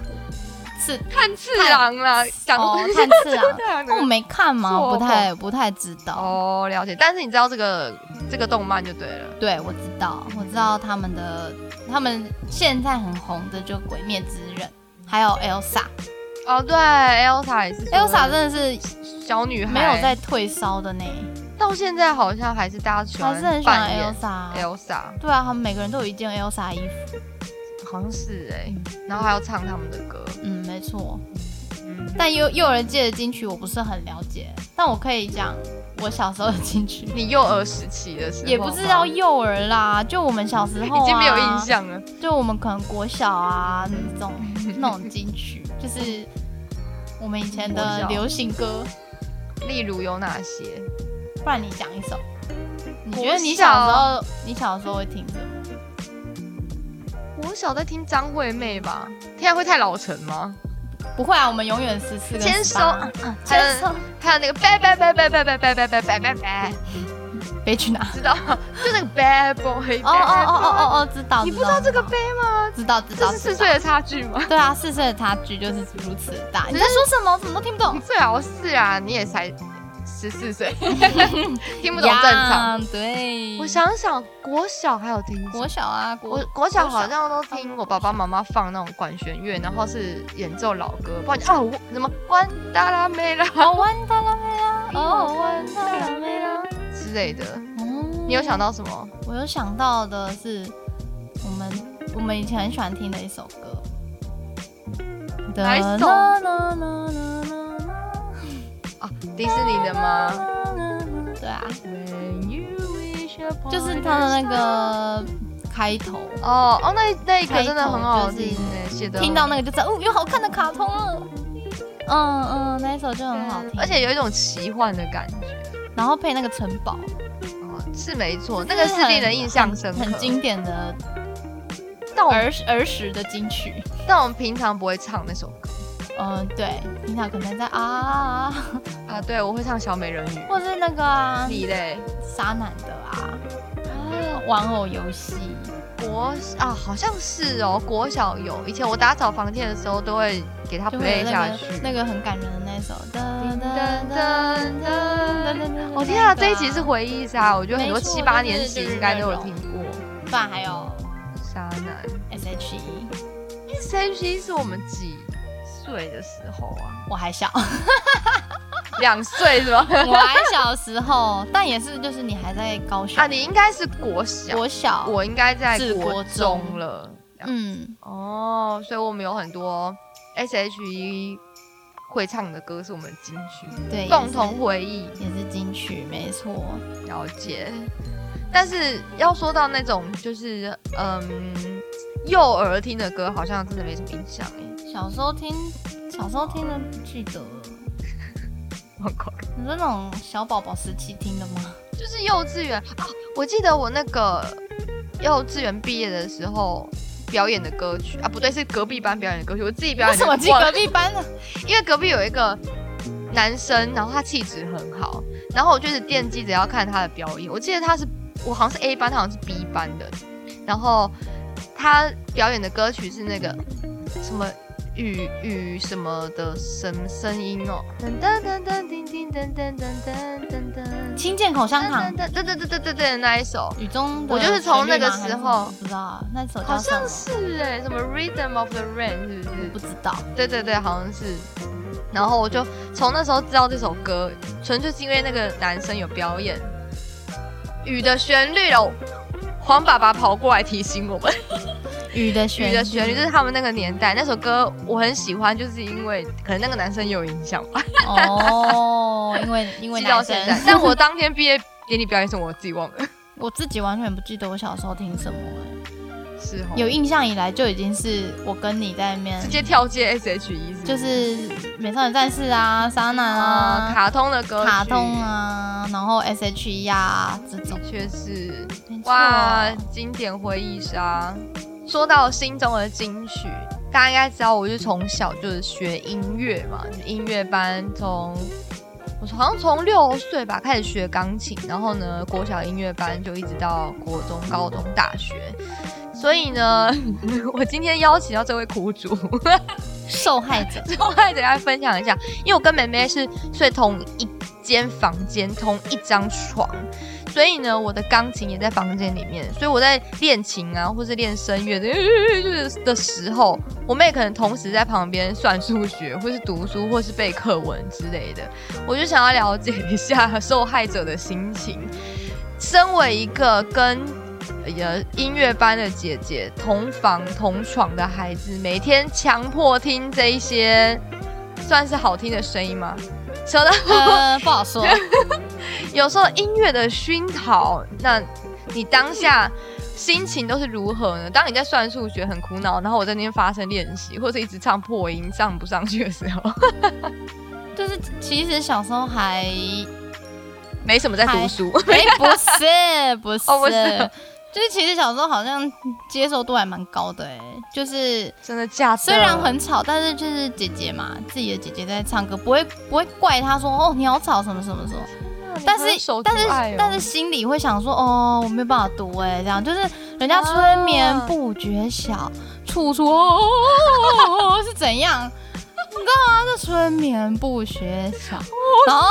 Speaker 3: 是
Speaker 2: 炭次郎啦，讲
Speaker 3: 哦，
Speaker 2: 不是
Speaker 3: 炭治郎
Speaker 2: 猪，太郎
Speaker 3: 那我
Speaker 2: 的。
Speaker 3: 没看嘛，
Speaker 2: 做
Speaker 3: 我不太不太知道。
Speaker 2: 哦，了解。但是你知道这个这个动漫就对了。
Speaker 3: 对，我知道，我知道他们的，他们现在很红的就《鬼灭之刃》，还有 Elsa，Elsa
Speaker 2: 哦，对，Elsa 也是说
Speaker 3: 真的是
Speaker 2: 小女孩，
Speaker 3: 没有在退烧的呢，
Speaker 2: 到现在好像还是大家喜
Speaker 3: 还
Speaker 2: 欢
Speaker 3: 是哦很喜
Speaker 2: 扮
Speaker 3: 欢
Speaker 2: 演
Speaker 3: Elsa。
Speaker 2: Elsa，
Speaker 3: 对啊，他们每个人都有一件 Elsa 衣服。
Speaker 2: 好像是哎，然后还要唱他们的歌。
Speaker 3: 嗯，没错。
Speaker 2: 嗯，
Speaker 3: 但幼幼儿界的金曲我不是很了解，但我可以讲我小时候的金曲，
Speaker 2: 你幼儿时期的时候吗
Speaker 3: 也不是要幼儿啦，就我们小时候、啊、
Speaker 2: 已经没有印象了。
Speaker 3: 就我们可能国小啊 那种那种金曲，就是我们以前
Speaker 2: 国
Speaker 3: 的
Speaker 2: 小
Speaker 3: 流行歌，
Speaker 2: 例如有哪些？
Speaker 3: 不然你讲一首。你
Speaker 2: 国
Speaker 3: 觉得你
Speaker 2: 小
Speaker 3: 小时候，你小时候会听什么？
Speaker 2: 我小在听张惠妹吧，天啊，会太老成吗？
Speaker 3: 不会啊，我们永远十四跟
Speaker 2: 牵手
Speaker 3: 18啊，牵手，
Speaker 2: 还有那个拜拜拜拜拜拜拜拜拜拜拜拜，
Speaker 3: 别去哪？
Speaker 2: 知道吗？就那个 bad boy。
Speaker 3: 哦哦哦哦哦哦，知道，
Speaker 2: 你不知道这个
Speaker 3: 知
Speaker 2: bad 吗？
Speaker 3: 知道知
Speaker 2: 这
Speaker 3: 道，
Speaker 2: 是
Speaker 3: 知
Speaker 2: 四
Speaker 3: 道
Speaker 2: 岁的差距吗？
Speaker 3: 对啊，四岁的差距就是如此的 大。你在说什么？我怎么都听不懂
Speaker 2: 你， 最好是啊，你也才十四 岁，听不懂正常。
Speaker 3: 呀。对，
Speaker 2: 我想想，国小还有听
Speaker 3: 国小啊，国
Speaker 2: 我国小好像都听我爸爸妈妈放那种管弦乐，然后是演奏老歌，不然就啊我什么完哒啦没啦
Speaker 3: 哦，完蛋了没啦？哦，完蛋了没啦？
Speaker 2: 之类的。
Speaker 3: 哦
Speaker 2: 你有想到什么？
Speaker 3: 我有想到的是，我们我们以前很喜欢听的一首歌，
Speaker 2: 哪一首
Speaker 3: 哒啦啦啦啦啦啦
Speaker 2: 迪士尼的吗？
Speaker 3: 对啊，就是它的那个开头，
Speaker 2: 哦哦，那那一个真的很好
Speaker 3: 开
Speaker 2: 听
Speaker 3: 头
Speaker 2: 诶，写的
Speaker 3: 听到那个就知道，哦，有好看的卡通了。嗯嗯，那一首就很好听，
Speaker 2: 而且有一种奇幻的感觉。
Speaker 3: 然后配那个城堡，
Speaker 2: 哦，是没错，
Speaker 3: 这
Speaker 2: 那个
Speaker 3: 是
Speaker 2: 是令
Speaker 3: 很
Speaker 2: 人印象深刻。
Speaker 3: 很经典的
Speaker 2: 但我们
Speaker 3: 儿时儿时的金曲。
Speaker 2: 但我们平常不会唱那首歌
Speaker 3: 嗯，对，平常可能在啊啊，啊
Speaker 2: 啊。对，我会唱小美人鱼。
Speaker 3: 或是那个啊
Speaker 2: 你嘞？
Speaker 3: 傻男的啊，玩偶游戏，
Speaker 2: 国啊，好像是哦，国小有。以前我打扫房间的时候，都会给它
Speaker 3: 就会
Speaker 2: play
Speaker 3: 有
Speaker 2: 下
Speaker 3: 那
Speaker 2: 去。
Speaker 3: 个那个很感人的那一首。
Speaker 2: 噔
Speaker 3: 噔
Speaker 2: 噔
Speaker 3: 噔
Speaker 2: 噔噔
Speaker 3: 噔
Speaker 2: 我天啊，这一集是回忆杀，我觉得很多
Speaker 3: 没错
Speaker 2: 七八
Speaker 3: 就是
Speaker 2: 年级
Speaker 3: 就是
Speaker 2: 应该都有
Speaker 3: 那种
Speaker 2: 听过。
Speaker 3: 不然还有 E，
Speaker 2: 渣男
Speaker 3: S.H.E，
Speaker 2: S H E 是我们几岁的时候啊？
Speaker 3: 我 还小，
Speaker 2: 两岁是吧？
Speaker 3: 我还小的时候，但也是就是你还在高校
Speaker 2: 啊，你应该是国小，
Speaker 3: 我小，
Speaker 2: 我应该在
Speaker 3: 是
Speaker 2: 国
Speaker 3: 啊国中
Speaker 2: 中了。
Speaker 3: 嗯，
Speaker 2: 哦，所以我们有很多 S H E 会唱的歌是我们的金曲，
Speaker 3: 对，
Speaker 2: 共同回忆
Speaker 3: 也是也是金曲，没错。
Speaker 2: 了解。但是要说到那种就是嗯幼儿听的歌，好像真的没什么印象 哎，
Speaker 3: 小时候听，小时候听的不记得了，
Speaker 2: 好搞
Speaker 3: 你是那种小宝宝时期听的吗？
Speaker 2: 就是幼稚园啊，我记得我那个幼稚园毕业的时候。表演的歌曲啊，不对，是隔壁班表演的歌曲。我自己表
Speaker 3: 为
Speaker 2: 演的
Speaker 3: 什么记
Speaker 2: 忘了
Speaker 3: 隔壁班的？
Speaker 2: 因为隔壁有一个男生，然后他气质很好，然后我就是惦记着要看他的表演。我记得他是我好像是 A 班，他好像是 B 班的，然后他表演的歌曲是那个什么。雨雨什么的声声音哦，噔噔噔噔叮叮噔噔噔噔噔噔，
Speaker 3: 清健口香糖
Speaker 2: 噔，噔噔噔噔噔噔噔那一首，
Speaker 3: 雨中
Speaker 2: 嗯
Speaker 3: 的
Speaker 2: 我就是从那个
Speaker 3: 旋律
Speaker 2: 时
Speaker 3: 吗
Speaker 2: 候
Speaker 3: 还是什么不知道啊那首
Speaker 2: 好
Speaker 3: 叫什
Speaker 2: 像
Speaker 3: 么？
Speaker 2: 是哎、什么 Rhythm of the Rain 是不是
Speaker 3: 不？知道，
Speaker 2: 对对对，好像是。然后我就从那时候知道这首歌，纯粹是因为那个男生有表演《雨的旋律》了。黄爸爸跑过来提醒我们，
Speaker 3: 雨的
Speaker 2: 《雨
Speaker 3: 旋
Speaker 2: 的旋律》就是他们那个年代那首歌，我很喜欢，就是因为可能那个男生有影响吧，
Speaker 3: 哦，因 为因为
Speaker 2: 记到
Speaker 3: 男
Speaker 2: 现
Speaker 3: 生
Speaker 2: 在。但我当天毕业典礼表演什么我自己忘了，
Speaker 3: 我自己完全不记得我小时候听什么、欸
Speaker 2: 是哦，
Speaker 3: 有印象以来就已经是我跟你在那边
Speaker 2: 直，接跳接 S H E，
Speaker 3: 就是美少女战士啊、沙男
Speaker 2: 啊、
Speaker 3: 啊、
Speaker 2: 卡通的歌曲，
Speaker 3: 卡通啊，然后 S H E 啊这种
Speaker 2: 的。确是
Speaker 3: 没错
Speaker 2: 哇，经典回忆杀。说到心中的金曲，大家应该知道，我就从小就是学音乐嘛，就音乐班从。我好像从六岁吧开始学钢琴，然后呢，国小音乐班就一直到国中、高中、大学。所以呢， 我今天邀请到这位苦主，
Speaker 3: 受害 者
Speaker 2: 之后再给大家分享一下，因为我跟妹妹是睡同一间房间、同一张床，所以呢，我的钢琴也在房间里面，所以我在练琴啊，或是练声乐的、就是的时候，我妹可能同时在旁边算数学，或是读书，或是背课文之类的，我就想要了解一下 受害者的心情。身为一个跟呃音乐班的姐姐同房同床的孩子，每天强迫听这一些算是好听的声音吗？说到
Speaker 3: 呃，不好说。
Speaker 2: 有时候音乐的熏陶，那你当下心情都是如何呢？当你在算数学很苦恼，然后我在那边发声练习，或是一直唱破音上不上去的时候，
Speaker 3: 就是其实小时候还
Speaker 2: 没什么在读
Speaker 3: 嗨
Speaker 2: 书，
Speaker 3: 哎、不是不是,、
Speaker 2: 哦不是
Speaker 3: 就是其实小时候好像接受度还蛮高的哎、就是
Speaker 2: 真的假的？
Speaker 3: 虽然很吵，但是就是姐姐嘛，自己的姐姐在唱歌，不会不会怪她说哦你好吵什么什么什么，
Speaker 2: 你
Speaker 3: 但是
Speaker 2: 很手足
Speaker 3: 但是
Speaker 2: 爱哦
Speaker 3: 但是心里会想说哦我没有办法读哎、这样就是人家春眠
Speaker 2: 啊
Speaker 3: 不觉晓，处处哦是怎样？ 你知道吗？这春眠不觉晓，然后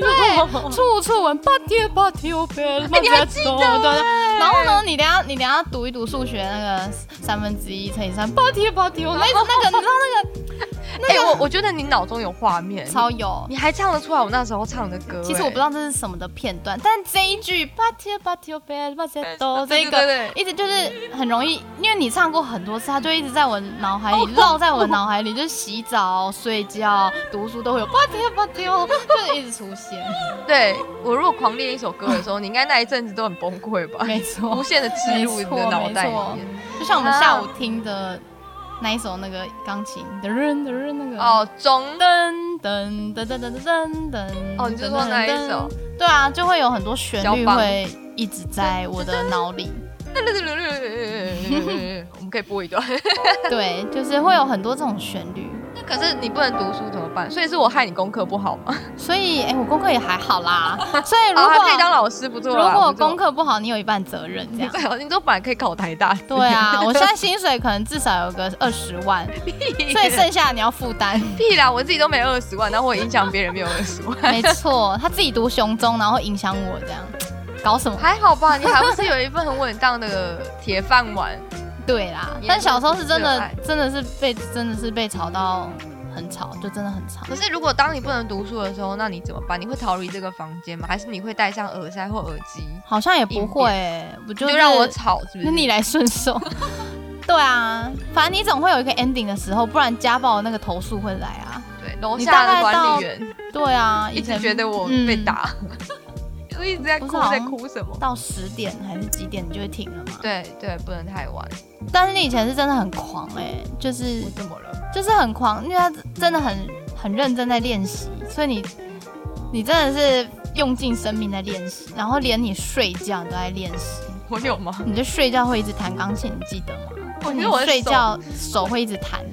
Speaker 3: 对，处处闻八天八天被
Speaker 2: 哎 你还记得
Speaker 3: 对对然后呢，你等一下你等一下读一读数学那个三分之一乘以三，八天八天，我那一直那个你知道
Speaker 2: 哎、我我觉得你脑中有画面，
Speaker 3: 那超有。
Speaker 2: 你还唱得出来我那时候唱的歌、
Speaker 3: 其实我不知道这是什么的片段，但这一句八天八天被八天都
Speaker 2: 哎 对
Speaker 3: 这
Speaker 2: 对
Speaker 3: 个
Speaker 2: 对
Speaker 3: 一直就是很容易，因为你唱过很多次，它就一直在我脑海里绕在我脑海里，就是洗澡、睡觉、读书都会有吧唧吧唧哦，就是一直出现。
Speaker 2: 哎对我如果狂练一首歌的时候，你应该那一阵子都很崩溃吧？
Speaker 3: 没
Speaker 2: 无
Speaker 3: 错，
Speaker 2: 限的植入你的脑袋里面。
Speaker 3: 就像我们下午听的那一首那个钢琴的人的人那个
Speaker 2: 哦，中
Speaker 3: 噔噔噔噔噔噔噔
Speaker 2: 哦你就说哪一首？
Speaker 3: 对啊，就会有很多旋
Speaker 2: 肖
Speaker 3: 律
Speaker 2: 邦
Speaker 3: 会一直在我的脑里。
Speaker 2: 我们可以播一段。
Speaker 3: 对，就是会有很多这种旋律。
Speaker 2: 可是你不能读书怎么办？所以是我害你功课不好吗？
Speaker 3: 所以，哎、我功课也还好啦。所以如
Speaker 2: 啊，还可以当
Speaker 3: 果
Speaker 2: 老师，不错
Speaker 3: 如
Speaker 2: 啦。
Speaker 3: 果
Speaker 2: 啊不错
Speaker 3: 功课不好，你有一半责任这 样。
Speaker 2: 对啊，你都本来可以考台大。
Speaker 3: 对啊，我现在薪水可能至少有个二十 万，所以剩下你要负担。
Speaker 2: 屁啦，我自己都没二十万，然后我影响别人没有二十万，
Speaker 3: 没错，他自己读雄中，然后影响我这样，搞什么？
Speaker 2: 还好吧？你还不是有一份很稳当的铁饭碗？
Speaker 3: 对啦
Speaker 2: 也，
Speaker 3: 但小时候是真
Speaker 2: 热
Speaker 3: 的
Speaker 2: 爱，
Speaker 3: 真的是被真的是被吵到很吵，就真的很吵。
Speaker 2: 可是如果当你不能读书的时候，那你怎么办？你会逃离这个房间吗？还是你会戴上耳塞或耳机，
Speaker 3: 好像也不会、我就
Speaker 2: 就是让我吵？是不
Speaker 3: 那
Speaker 2: 是？
Speaker 3: 你来顺手。 对啊，反正你总会有一个 ending 的时候，不然家暴的那个投诉会来啊。
Speaker 2: 对楼
Speaker 3: 你
Speaker 2: 下
Speaker 3: 大
Speaker 2: 的
Speaker 3: 概
Speaker 2: 管
Speaker 3: 到
Speaker 2: 理员
Speaker 3: 对啊，
Speaker 2: 一
Speaker 3: 以
Speaker 2: 直
Speaker 3: 前
Speaker 2: 觉得我
Speaker 3: 嗯
Speaker 2: 被 打，就一直在
Speaker 3: 不
Speaker 2: 哭，
Speaker 3: 是好
Speaker 2: 在
Speaker 3: 像
Speaker 2: 哭什么？
Speaker 3: 到十点还是几点你就会停了嘛。
Speaker 2: 对对，不能太晚。
Speaker 3: 但是你以前是真的很狂哎、就是
Speaker 2: 我怎么了？
Speaker 3: 就是很狂，因为他真的很很认真在练习，所以你你真的是用尽生命在练习，然后连你睡觉你都在练习。
Speaker 2: 我有吗？
Speaker 3: 你的睡觉会一直弹钢琴，你记得吗？
Speaker 2: 我觉
Speaker 3: 你
Speaker 2: 得我的
Speaker 3: 睡
Speaker 2: 手
Speaker 3: 觉手会一直弹。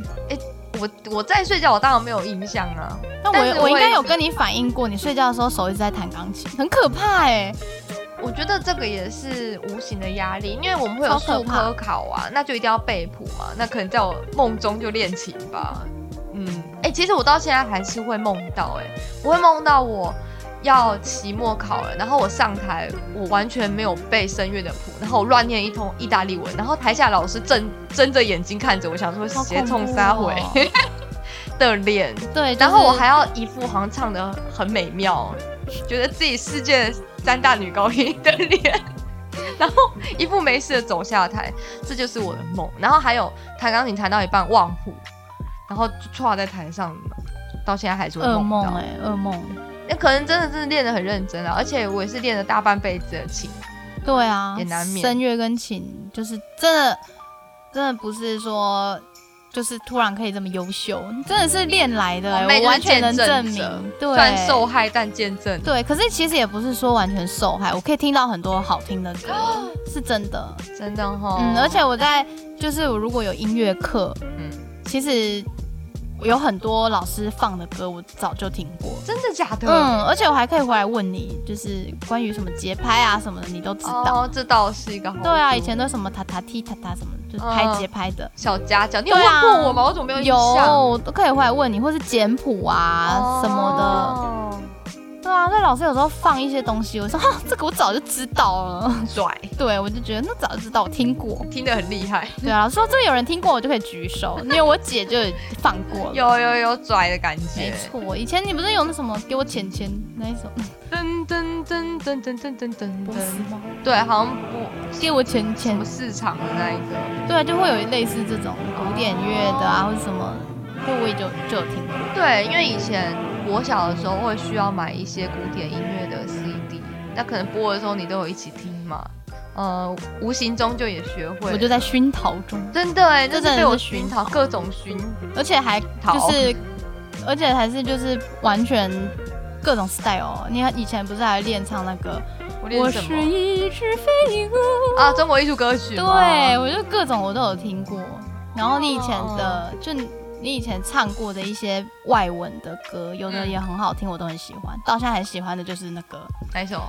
Speaker 2: 我我在睡觉，我当然没有印象啊。
Speaker 3: 那
Speaker 2: 但是
Speaker 3: 我我应
Speaker 2: 我
Speaker 3: 该
Speaker 2: 也
Speaker 3: 有
Speaker 2: 是
Speaker 3: 跟你反映过，你睡觉的时候手一直在弹钢琴，很可怕哎、
Speaker 2: 我觉得这个也是无形的压力，因为我们会有
Speaker 3: 超可
Speaker 2: 数
Speaker 3: 怕
Speaker 2: 科考啊，那就一定要背谱嘛。那可能在我梦中就练琴吧。嗯，哎、其实我到现在还是会梦到、哎，我会梦到我要期末考了，然后我上台，我完全没有背声乐的谱，然后我乱念一通意大利文，然后台下老师睁睁着眼睛看着我，想说
Speaker 3: 好
Speaker 2: 斜
Speaker 3: 恐
Speaker 2: 冲
Speaker 3: 怖
Speaker 2: 杀
Speaker 3: 哦
Speaker 2: 回 的脸，
Speaker 3: 对，就是
Speaker 2: 然后我还要一副好像唱的很美妙，觉得自己世界三大女高音的脸， 然后一副没事的走下台，这就是我的梦。然后还有弹钢琴弹到一半忘谱，然后就歘在台上，到现在还是会
Speaker 3: 噩
Speaker 2: 梦
Speaker 3: 梦
Speaker 2: 到。
Speaker 3: 哎、噩梦。
Speaker 2: 那可能真的是练得很认真了，啊而且我也是练了大半辈子的琴。
Speaker 3: 对啊，
Speaker 2: 也难免
Speaker 3: 声乐跟琴就是真的，真的不是说就是突然可以这么优秀，你真的是练来的、
Speaker 2: 妹哦就是
Speaker 3: 欸，我完全能
Speaker 2: 见证
Speaker 3: 证
Speaker 2: 者
Speaker 3: 明。
Speaker 2: 虽然
Speaker 3: 对，
Speaker 2: 受害，但见证。
Speaker 3: 对，可是其实也不是说完全受害，我可以听到很多好听的歌，
Speaker 2: 哦
Speaker 3: 是真的。
Speaker 2: 真的哦哈。
Speaker 3: 嗯，而且我在就是我如果有音乐课，
Speaker 2: 嗯，
Speaker 3: 其实有很多老师放的歌我早就听过。
Speaker 2: 真的假的？
Speaker 3: 嗯，而且我还可以回来问你，就是关于什么节拍啊什么的，你都知道。
Speaker 2: 哦，这倒是一个好。
Speaker 3: 对啊，以前都什么塔塔踢塔塔什么，就是拍节拍的。
Speaker 2: 小家教，你有问
Speaker 3: 对啊
Speaker 2: 过我吗？我怎么没有印
Speaker 3: 有，
Speaker 2: 象？哦
Speaker 3: 我都可以回来问你，或是简谱啊、什么
Speaker 2: 么
Speaker 3: 的。对啊，所以老师有时候放一些东西，我说哈、这个我早就知道了。
Speaker 2: 的，拽，
Speaker 3: 对，我就觉得那早就知道，我听过。
Speaker 2: 听得很厉害，
Speaker 3: 对啊，老师说这个有人听过，我就可以举手，因为我姐就放过了。
Speaker 2: 有有有拽的感
Speaker 3: 没
Speaker 2: 觉。
Speaker 3: 错，以前你不是有那什么给我钱钱那一首，
Speaker 2: 噔噔噔噔噔噔噔噔
Speaker 3: 不是
Speaker 2: 噔，
Speaker 3: 吗？
Speaker 2: 对，好像我
Speaker 3: 给我钱钱
Speaker 2: 什么，市场的那一个，
Speaker 3: 对啊，就会有类似这种古典乐的啊，或者什么，就我也就就有听过。
Speaker 2: 对，因为以前我小的时候会需要买一些古典音乐的 CD，那可能播的时候你都有一起听嘛，呃，无形中就也学会了，
Speaker 3: 我就在熏陶中，
Speaker 2: 真的哎，那
Speaker 3: 这
Speaker 2: 是
Speaker 3: 真的
Speaker 2: 被我
Speaker 3: 是
Speaker 2: 熏
Speaker 3: 熏
Speaker 2: 陶，
Speaker 3: 陶
Speaker 2: 各种熏，
Speaker 3: 而且还
Speaker 2: 好
Speaker 3: 就是，而且还是就是完全各种 style 哦。你看以前不是还练唱那个
Speaker 2: 我
Speaker 3: 我
Speaker 2: 练什
Speaker 3: 是
Speaker 2: 么
Speaker 3: 一只飞舞？
Speaker 2: 啊？中国艺术歌曲
Speaker 3: 对，
Speaker 2: 吗，
Speaker 3: 我就各种我都有听过。然后你以前的就你以前唱过的一些外文的歌，有的
Speaker 2: 嗯
Speaker 3: 也很好听，我都很喜欢。到现在很喜欢的就是那个。
Speaker 2: 哪一首？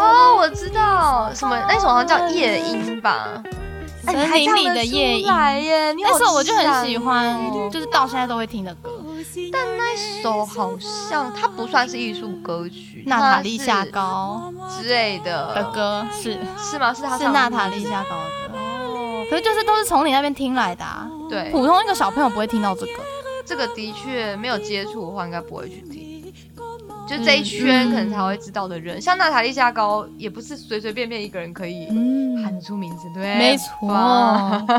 Speaker 2: 哦，我知道什么那首好像叫夜莺吧，哎
Speaker 3: 森林里的夜莺，
Speaker 2: 耶，你好
Speaker 3: 那首我就很喜
Speaker 2: 强
Speaker 3: 欢
Speaker 2: 哦，
Speaker 3: 就是到现在都会听的歌。
Speaker 2: 但那首好像它不算是艺术歌曲，
Speaker 3: 娜塔莉夏
Speaker 2: 它
Speaker 3: 高
Speaker 2: 是之类
Speaker 3: 的
Speaker 2: 的，
Speaker 3: 歌是
Speaker 2: 是吗？是他
Speaker 3: 是娜塔莉夏高的歌，可是就是都是从你那边听来的、啊，
Speaker 2: 对，
Speaker 3: 普通一个小朋友不会听到这个。
Speaker 2: 这个的确没有接触的话，应该不会去听。就这一圈
Speaker 3: 嗯
Speaker 2: 可能才会知道的人，像娜塔莉夏高也不是随随便便一个人可以喊
Speaker 3: 嗯
Speaker 2: 得，出名字，对，
Speaker 3: 没错
Speaker 2: 哎哇。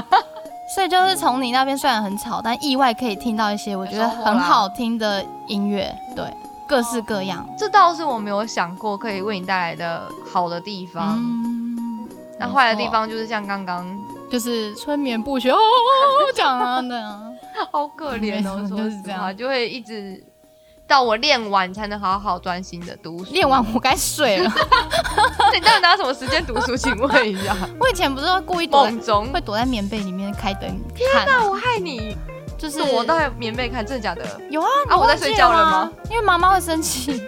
Speaker 3: 所以就是从你那边虽然很吵，但意外可以听到一些我觉得很好听的音乐，对，各式各样。
Speaker 2: 这倒是我没有想过可以为你带来的好的地方。
Speaker 3: 嗯，
Speaker 2: 那
Speaker 3: 没
Speaker 2: 坏的
Speaker 3: 错
Speaker 2: 地方就是像刚刚，
Speaker 3: 就是春眠不觉哦，讲啊那样。
Speaker 2: 好可怜哦，
Speaker 3: 没
Speaker 2: 说
Speaker 3: 错就是
Speaker 2: 实
Speaker 3: 这样
Speaker 2: 话就会一直到我练完才能好好专心的读书。
Speaker 3: 练完我该睡 了。
Speaker 2: 你到底拿什么时间读书？请问一 下，
Speaker 3: 我以前不是会故意躲在
Speaker 2: 梦中
Speaker 3: 会躲在棉被里面开灯看啊，
Speaker 2: 我害你
Speaker 3: 就是
Speaker 2: 躲到棉被看，真的假的？
Speaker 3: 有啊，你
Speaker 2: 啊我在
Speaker 3: 忘记
Speaker 2: 睡觉了
Speaker 3: 吗
Speaker 2: 吗？
Speaker 3: 因为妈妈会生气，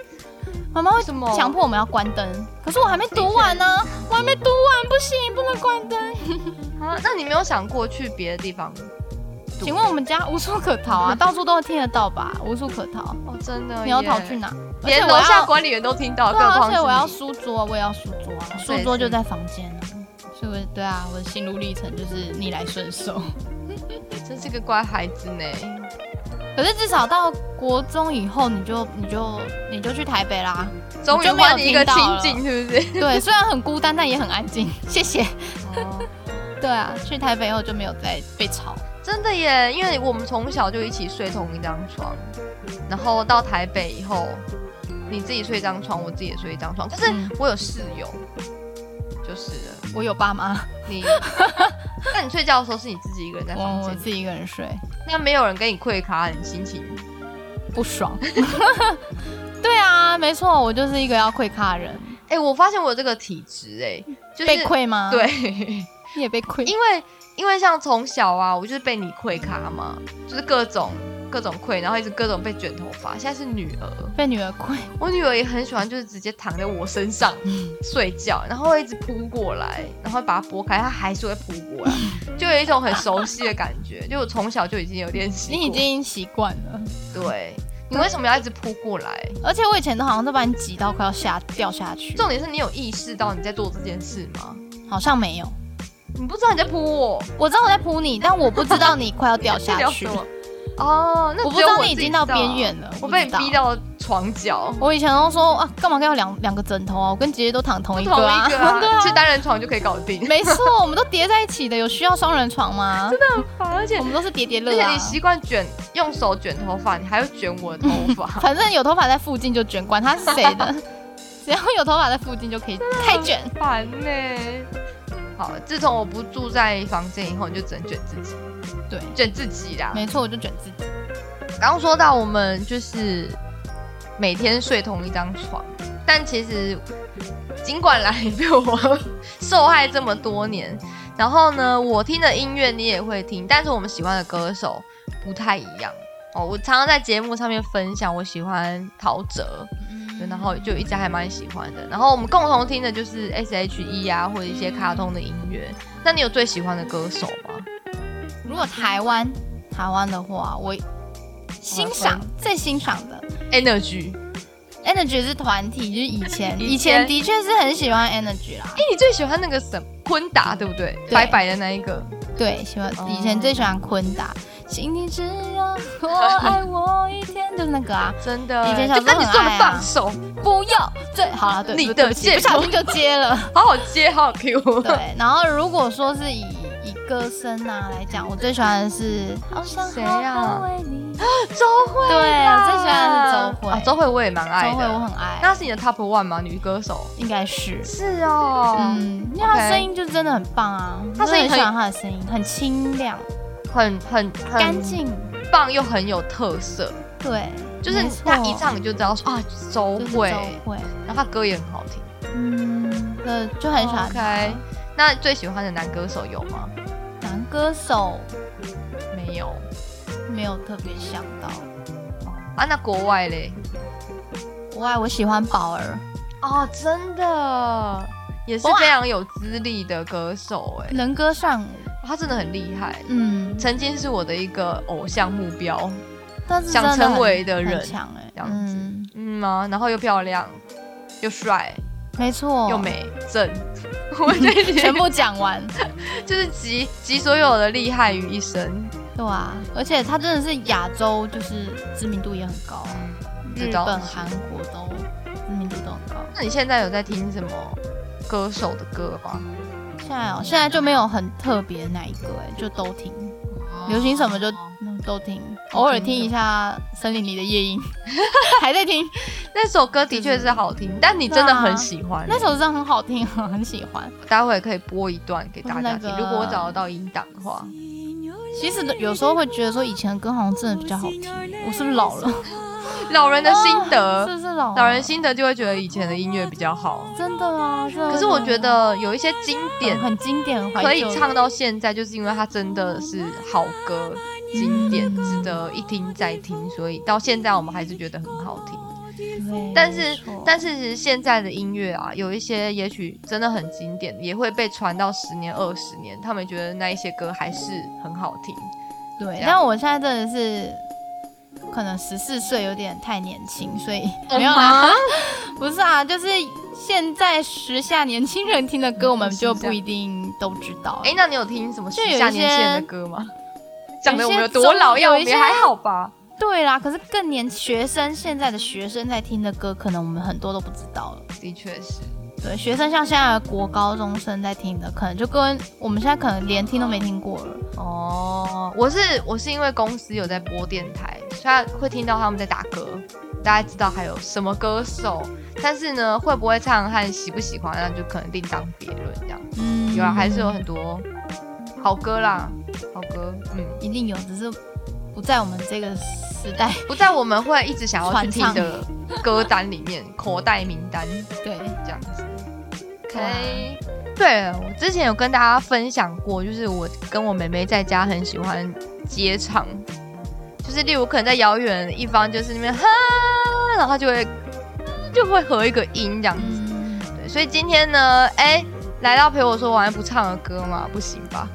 Speaker 3: 妈妈会
Speaker 2: 为什么
Speaker 3: 强迫我们要关灯。可是我还没读完呢，我还没读完，不行，不能关灯。
Speaker 2: 啊，那你没有想过去别的地方？
Speaker 3: 请问我们家无处可 逃啊，到处都听得到吧？无处可逃，
Speaker 2: 哦，真的耶，
Speaker 3: 你要逃去哪？而且
Speaker 2: 连
Speaker 3: 我
Speaker 2: 楼下
Speaker 3: 要
Speaker 2: 管理员都听到，
Speaker 3: 对
Speaker 2: 更
Speaker 3: 啊，
Speaker 2: 何
Speaker 3: 而
Speaker 2: 况
Speaker 3: 且
Speaker 2: 是
Speaker 3: 我要
Speaker 2: 你
Speaker 3: 书桌，我也要书桌啊，书桌就在房间啊。所以我，对啊，我的心路历程就是逆来顺受。
Speaker 2: 真是个乖孩子呢。
Speaker 3: 可是至少到国中以后，你就你就你就去台北啦。
Speaker 2: 终于
Speaker 3: 就没有
Speaker 2: 换你一个
Speaker 3: 听到
Speaker 2: 情
Speaker 3: 了
Speaker 2: 境，是不是？
Speaker 3: 对，虽然很孤单，但也很 安静。谢谢。
Speaker 2: 哦
Speaker 3: 对啊，去台北以后就没有再被吵。
Speaker 2: 真的耶，因为我们从小就一起睡同一张床，然后到台北以后，你自己睡一张床，我自己也睡一张床，但是
Speaker 3: 嗯
Speaker 2: 我有室友，就是了
Speaker 3: 我有爸妈，
Speaker 2: 你。那你睡觉的时候是你自己一个人在房
Speaker 3: 我我
Speaker 2: 间，
Speaker 3: 自己一个人睡，
Speaker 2: 那没有人跟你跪咖，你心情
Speaker 3: 不爽。 对啊，没错，我就是一个要跪咖的人。
Speaker 2: 哎、我发现我有这个体质哎、就是
Speaker 3: 被愧吗？，
Speaker 2: 对，
Speaker 3: 你也被愧。
Speaker 2: 因为因为像从小啊，我就是被你跪咖嘛，就是各种各种跪，然后一直各种被卷头发。现在是女儿，
Speaker 3: 被女儿跪，
Speaker 2: 我女儿也很喜欢，就是直接躺在我身上
Speaker 3: 嗯
Speaker 2: 睡觉，然后会一直扑过来，然后把它拨开，她还是会扑过 来，就有一种很熟悉的感觉。就我从小就已经有练习过，
Speaker 3: 你已经习惯了，
Speaker 2: 对。你为什么要一直扑过来？
Speaker 3: 而且我以前都好像都把你挤到快要下掉下去，
Speaker 2: 重点是你有意识到你在做这件事吗？
Speaker 3: 好像没有。
Speaker 2: 你不知道你在扑我，
Speaker 3: 我知道我在扑你，但我不知道你快要 掉下去，
Speaker 2: 这叫什么
Speaker 3: 我
Speaker 2: 哦，那
Speaker 3: 不
Speaker 2: 只
Speaker 3: 知
Speaker 2: 有
Speaker 3: 道
Speaker 2: 我
Speaker 3: 你已
Speaker 2: 自己
Speaker 3: 经到
Speaker 2: 知道啊
Speaker 3: 边缘了，
Speaker 2: 我
Speaker 3: 不
Speaker 2: 被
Speaker 3: 知
Speaker 2: 你
Speaker 3: 道
Speaker 2: 逼。到床角，
Speaker 3: 我以前都说啊，干嘛要两两个枕头啊？我跟姐姐都躺同一
Speaker 2: 同一个
Speaker 3: 个啊，
Speaker 2: 啊
Speaker 3: 对啊
Speaker 2: 去单人床就可以搞定。
Speaker 3: 没错，我们都叠在一起的，有需要双人床吗？真的，
Speaker 2: 而且
Speaker 3: 我们都是叠叠
Speaker 2: 而
Speaker 3: 乐
Speaker 2: 且
Speaker 3: 啊
Speaker 2: 你。习惯卷用手卷头发，你还会卷我的头发，
Speaker 3: 反正有头发在附近就卷，管它是谁 的，只要有头发在附近就可以开卷。
Speaker 2: 烦呢、好，自从我不住在房间以后，你就只能卷自己，
Speaker 3: 对，
Speaker 2: 卷自己啦。
Speaker 3: 没错，我就卷自己。
Speaker 2: 刚刚说到我们就是每天睡同一张床，但其实尽管来被我 受害这么多年，然后呢，我听的音乐你也会听，但是我们喜欢的歌手不太一样哦。我常常在节目上面分享我喜欢陶喆，对然后就一直还蛮喜欢的。然后我们共同听的就是 S.H.E 啊，或者一些卡通的音乐。那你有最喜欢的歌手吗？
Speaker 3: 如果台湾台湾的话，我欣赏最欣赏的
Speaker 2: Energy，
Speaker 3: Energy 是团体，就是以前
Speaker 2: 以前
Speaker 3: 以前的确是很喜欢 Energy 啦
Speaker 2: 哎、，你最喜欢那个什么昆达对不对？
Speaker 3: 对
Speaker 2: 白白的那一个。
Speaker 3: 对，喜欢
Speaker 2: 哦
Speaker 3: 以前最喜欢昆达，请你只要多爱我一天，就是那 个啊，
Speaker 2: 真的
Speaker 3: 以前小
Speaker 2: 就
Speaker 3: 时
Speaker 2: 跟
Speaker 3: 候
Speaker 2: 你
Speaker 3: 很
Speaker 2: 说的
Speaker 3: 爱啊
Speaker 2: 放手，
Speaker 3: 不要最好了，对，
Speaker 2: 你
Speaker 3: 对对不
Speaker 2: 的
Speaker 3: 起
Speaker 2: 借
Speaker 3: 不小心就接了。
Speaker 2: 好好接，好好 Q。
Speaker 3: 对，然后如果说是以以歌声啊来讲，我最喜欢的是好想
Speaker 2: 谁呀
Speaker 3: 好好为你
Speaker 2: 周慧
Speaker 3: 对，
Speaker 2: 啦，
Speaker 3: 我最喜欢的是周慧，
Speaker 2: 啊周慧我也蛮爱
Speaker 3: 周慧我
Speaker 2: 的。
Speaker 3: 很爱，
Speaker 2: 那是你的 Top One 吗？女歌手
Speaker 3: 应该是。
Speaker 2: 是哦
Speaker 3: 嗯，因为她
Speaker 2: OK
Speaker 3: 声音就真的很棒啊，
Speaker 2: 她
Speaker 3: 我真的
Speaker 2: 声音很
Speaker 3: 很喜欢她的声音，很清亮、
Speaker 2: 很很很
Speaker 3: 干，净，
Speaker 2: 棒又很有特色，
Speaker 3: 对，
Speaker 2: 就是
Speaker 3: 没错
Speaker 2: 她一唱你就知道说啊周
Speaker 3: 就是周
Speaker 2: 慧，
Speaker 3: 慧，
Speaker 2: 然后她歌也很好听。
Speaker 3: 嗯，对，就很喜欢她
Speaker 2: 哦 OK，那最喜欢的男歌手有吗？
Speaker 3: 男歌手
Speaker 2: 没有
Speaker 3: 没有特别想到，
Speaker 2: 啊，那国外嘞？
Speaker 3: 我爱我喜欢宝儿，
Speaker 2: 哦，真的也是
Speaker 3: 哇
Speaker 2: 非常有资历的歌手哎，
Speaker 3: 能歌善舞，
Speaker 2: 他真的很厉害。
Speaker 3: 嗯，
Speaker 2: 曾经是我的一个偶像目标，
Speaker 3: 但是
Speaker 2: 想
Speaker 3: 真的
Speaker 2: 成
Speaker 3: 很
Speaker 2: 为的人
Speaker 3: 很强哎、欸，
Speaker 2: 这样子
Speaker 3: 嗯、
Speaker 2: 嗯啊，然后又漂亮，又帅，
Speaker 3: 没错，
Speaker 2: 又，美 正，我这一
Speaker 3: 全
Speaker 2: 哦全部
Speaker 3: 部讲完，
Speaker 2: 就是集集所有的厉害于一身，
Speaker 3: 对啊，而且他真的是亚洲，就是知名度也很高啊，
Speaker 2: 知
Speaker 3: 日
Speaker 2: 道
Speaker 3: 本、韩国都知名度都很高。
Speaker 2: 那你现在有在听什么歌手的歌吗？
Speaker 3: 现在哦，现在就没有很特别哪一个哎、就都听，
Speaker 2: 哦
Speaker 3: 流行什 么就嗯都听，偶尔听一下森林里的夜莺，还在听，
Speaker 2: 那首歌的确是好听，但你真的很喜欢。
Speaker 3: 那首真的很好听，很喜欢。
Speaker 2: 待会可以播一段给大家听，
Speaker 3: 那个
Speaker 2: 如果我找得到音档的话。
Speaker 3: 其实有时候会觉得说以前的歌好像真的比较好听，我是不是老了？
Speaker 2: 老人的心
Speaker 3: 啊
Speaker 2: 得，
Speaker 3: 是不是老了
Speaker 2: 老人心得就会觉得以前的音乐比较好。
Speaker 3: 真的啊，真的
Speaker 2: 可是我觉得有一些经典
Speaker 3: 很经典，很怀旧
Speaker 2: 可以唱到现在，就是因为它真的是好歌，经典，
Speaker 3: 嗯
Speaker 2: 值得一听再听，所以到现在我们还是觉得很好听。
Speaker 3: 对
Speaker 2: 但是
Speaker 3: 没错，
Speaker 2: 但是其实现在的音乐啊，有一些也许真的很经典，也会被传到十年、二十年，他们觉得那一些歌还是很好听。
Speaker 3: 对
Speaker 2: 这，样
Speaker 3: 但我现在真的是可能十四岁有点太年轻，所以没有啦，
Speaker 2: 啊，
Speaker 3: 不是啊，就是现在时下年轻人听的歌，我们就
Speaker 2: 时下
Speaker 3: 不一定都知道。
Speaker 2: 哎，那你有听什么时
Speaker 3: 就有一
Speaker 2: 下年轻人的
Speaker 3: 些
Speaker 2: 歌吗？ 讲的我们
Speaker 3: 些
Speaker 2: 有多老，
Speaker 3: 中
Speaker 2: 要我
Speaker 3: 有一
Speaker 2: 们也
Speaker 3: 些
Speaker 2: 还好吧？
Speaker 3: 对啦，可是更年学生现在的学生在听的歌，可能我们很多都不知道了。
Speaker 2: 的确是，
Speaker 3: 对，学生像现在的国高中生在听的，可能就跟我们现在可能连听都没听过了。
Speaker 2: 哦，我是我是因为公司有在播电台，所以他会听到他们在打歌，大家知道还有什么歌手，但是呢，会不会唱和喜不喜欢，那就可能另当别论这样。
Speaker 3: 嗯
Speaker 2: 有啊，还是有很多好歌啦，好歌，嗯，
Speaker 3: 一定有，只是不在我们这个时代。
Speaker 2: 不在我们会一直想要去
Speaker 3: 传
Speaker 2: 听
Speaker 3: 唱
Speaker 2: 的 歌单里面，口袋名单
Speaker 3: 对，
Speaker 2: 这样子。OK，对了，我之前有跟大家分享过，就是我跟我妹妹在家很喜欢接唱，就是例如可能在遥远的一方，就是那边哈，然后就会就会合一个音这样子。
Speaker 3: 嗯，
Speaker 2: 对，所以今天呢，哎，来到陪我说晚安不唱的歌吗？不行吧？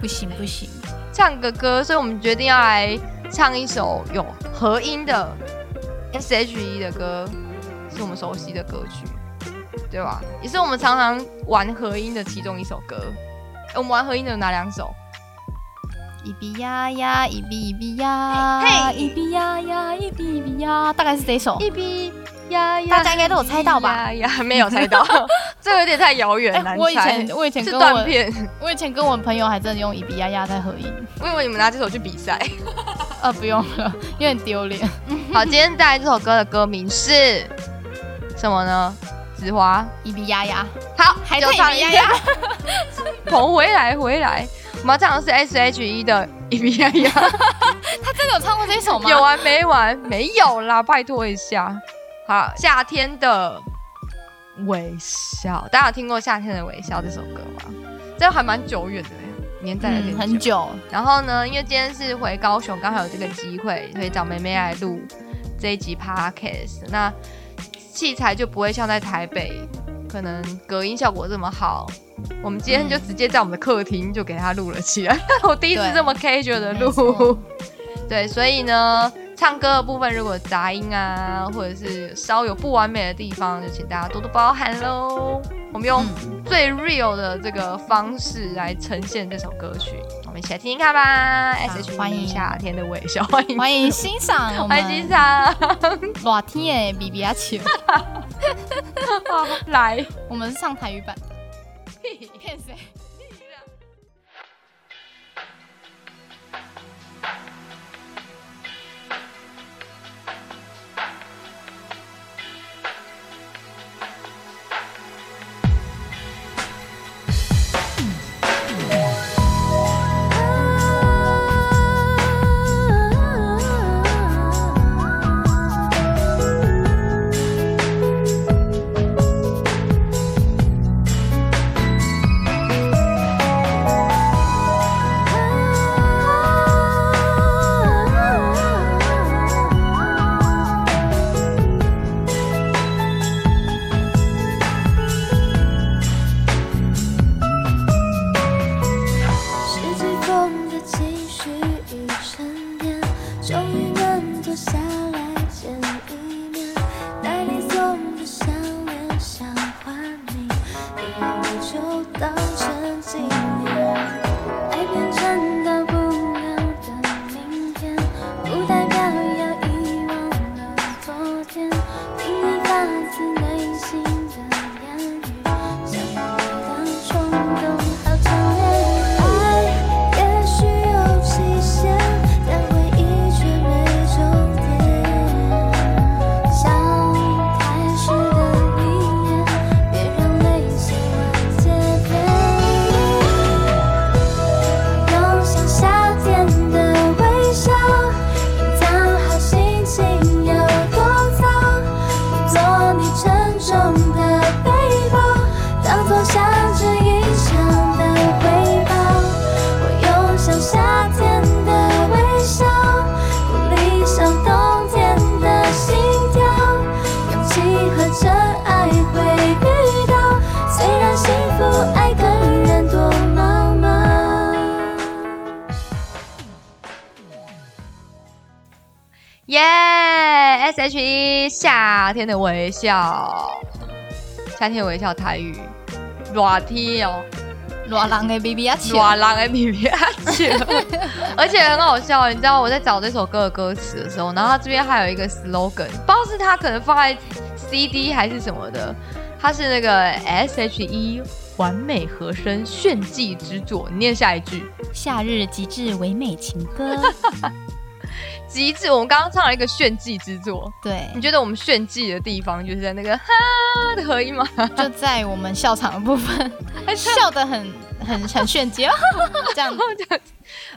Speaker 3: 不行不行，
Speaker 2: 唱个歌，所以我们决定要来唱一首有合音的 S.H.E 的歌，是我们熟悉的歌曲，对吧？也是我们常常玩合音的其中一首歌。诶我们玩合音的有哪两首？
Speaker 3: 一比呀呀，一比一比呀，
Speaker 2: 嘿
Speaker 3: 啊一比呀呀，一比一比呀，大概是这一首。
Speaker 2: 一比呀呀，
Speaker 3: 大家应该都有猜到吧
Speaker 2: 呀哎呀，没有猜 到，这个有点太遥远，难
Speaker 3: 哎我以
Speaker 2: 猜。
Speaker 3: 前我以前
Speaker 2: 是
Speaker 3: 跟
Speaker 2: 断
Speaker 3: 我
Speaker 2: 片，
Speaker 3: 我以前跟我朋友还真的用一比呀呀在合音，
Speaker 2: 我以为你们拿这首去比赛。
Speaker 3: 呃，不用 了，有点丢脸。
Speaker 2: 好，今天带来这首歌的歌名是什么呢？子华，
Speaker 3: 一比呀呀，
Speaker 2: 好，
Speaker 3: 还
Speaker 2: 就
Speaker 3: 在
Speaker 2: 唱
Speaker 3: 一比呀呀，
Speaker 2: 头回来回来，我们要唱的是 S H E 的《一比呀呀》，
Speaker 3: 真的有唱啊过这一首吗？
Speaker 2: 有完没完？ 没有啦，拜托一下。好，夏天的微笑，大家有听过《夏天的微笑》这首歌吗？这还蛮久远的耶，年代有点
Speaker 3: 嗯，很
Speaker 2: 久。
Speaker 3: 久。
Speaker 2: 然后呢，因为今天是回高雄，刚好有这个机会，所以找梅梅来录这一集 podcast。那器材就不会像在台北，可能隔音效果这么好。我们今天就直接在我们的客厅就给它录了起来。 我第一次
Speaker 3: 嗯对
Speaker 2: 这么 casual 的
Speaker 3: 没错
Speaker 2: 录， 对，所以呢，唱歌的部分如果有杂音啊，或者是稍有不完美的地方，就请大家多多包涵喽。我们用
Speaker 3: 嗯
Speaker 2: 最 real 的这个方式来呈现这首歌曲，我们一起来听听看吧。S H
Speaker 3: 欢迎
Speaker 2: 夏天的微笑，欢迎
Speaker 3: 欢迎欣赏我
Speaker 2: 欢迎欣
Speaker 3: 们
Speaker 2: 赏，
Speaker 3: 裸天的比比呀球，
Speaker 2: 好来。
Speaker 3: 我们上台语版的。骗谁？
Speaker 4: 是季风的情绪已沉淀，终于能坐下来见一面。带你送的项链想还你，一眼我就当成纪念。爱变成大不了的明天，不代表要遗忘了昨天。听你发自内心的言语，像每当冲动好强烈。爱也许有期限，但回忆却没终点。
Speaker 2: 耶、s H E 夏天的微笑，夏天的微笑台语，热天哦，
Speaker 3: 热人的 B B 啊，
Speaker 2: 热人的 B B 啊， 而且很好笑，你知道我在找这首歌的歌词的时候，然后它这边还有一个 slogan，不知道是它可能放在 CD 还是什么的，它是那个 S H E 完美和声炫技之作，你念下一句。
Speaker 1: 夏日极致唯美情歌。
Speaker 2: 极致，我们刚刚唱了一个炫技之作。
Speaker 3: 对，
Speaker 2: 你觉得我们炫技的地方就是在那个哈的合音吗？
Speaker 3: 就在我们笑场的部分，
Speaker 2: 哎
Speaker 3: 笑得很很很炫技，哦 这样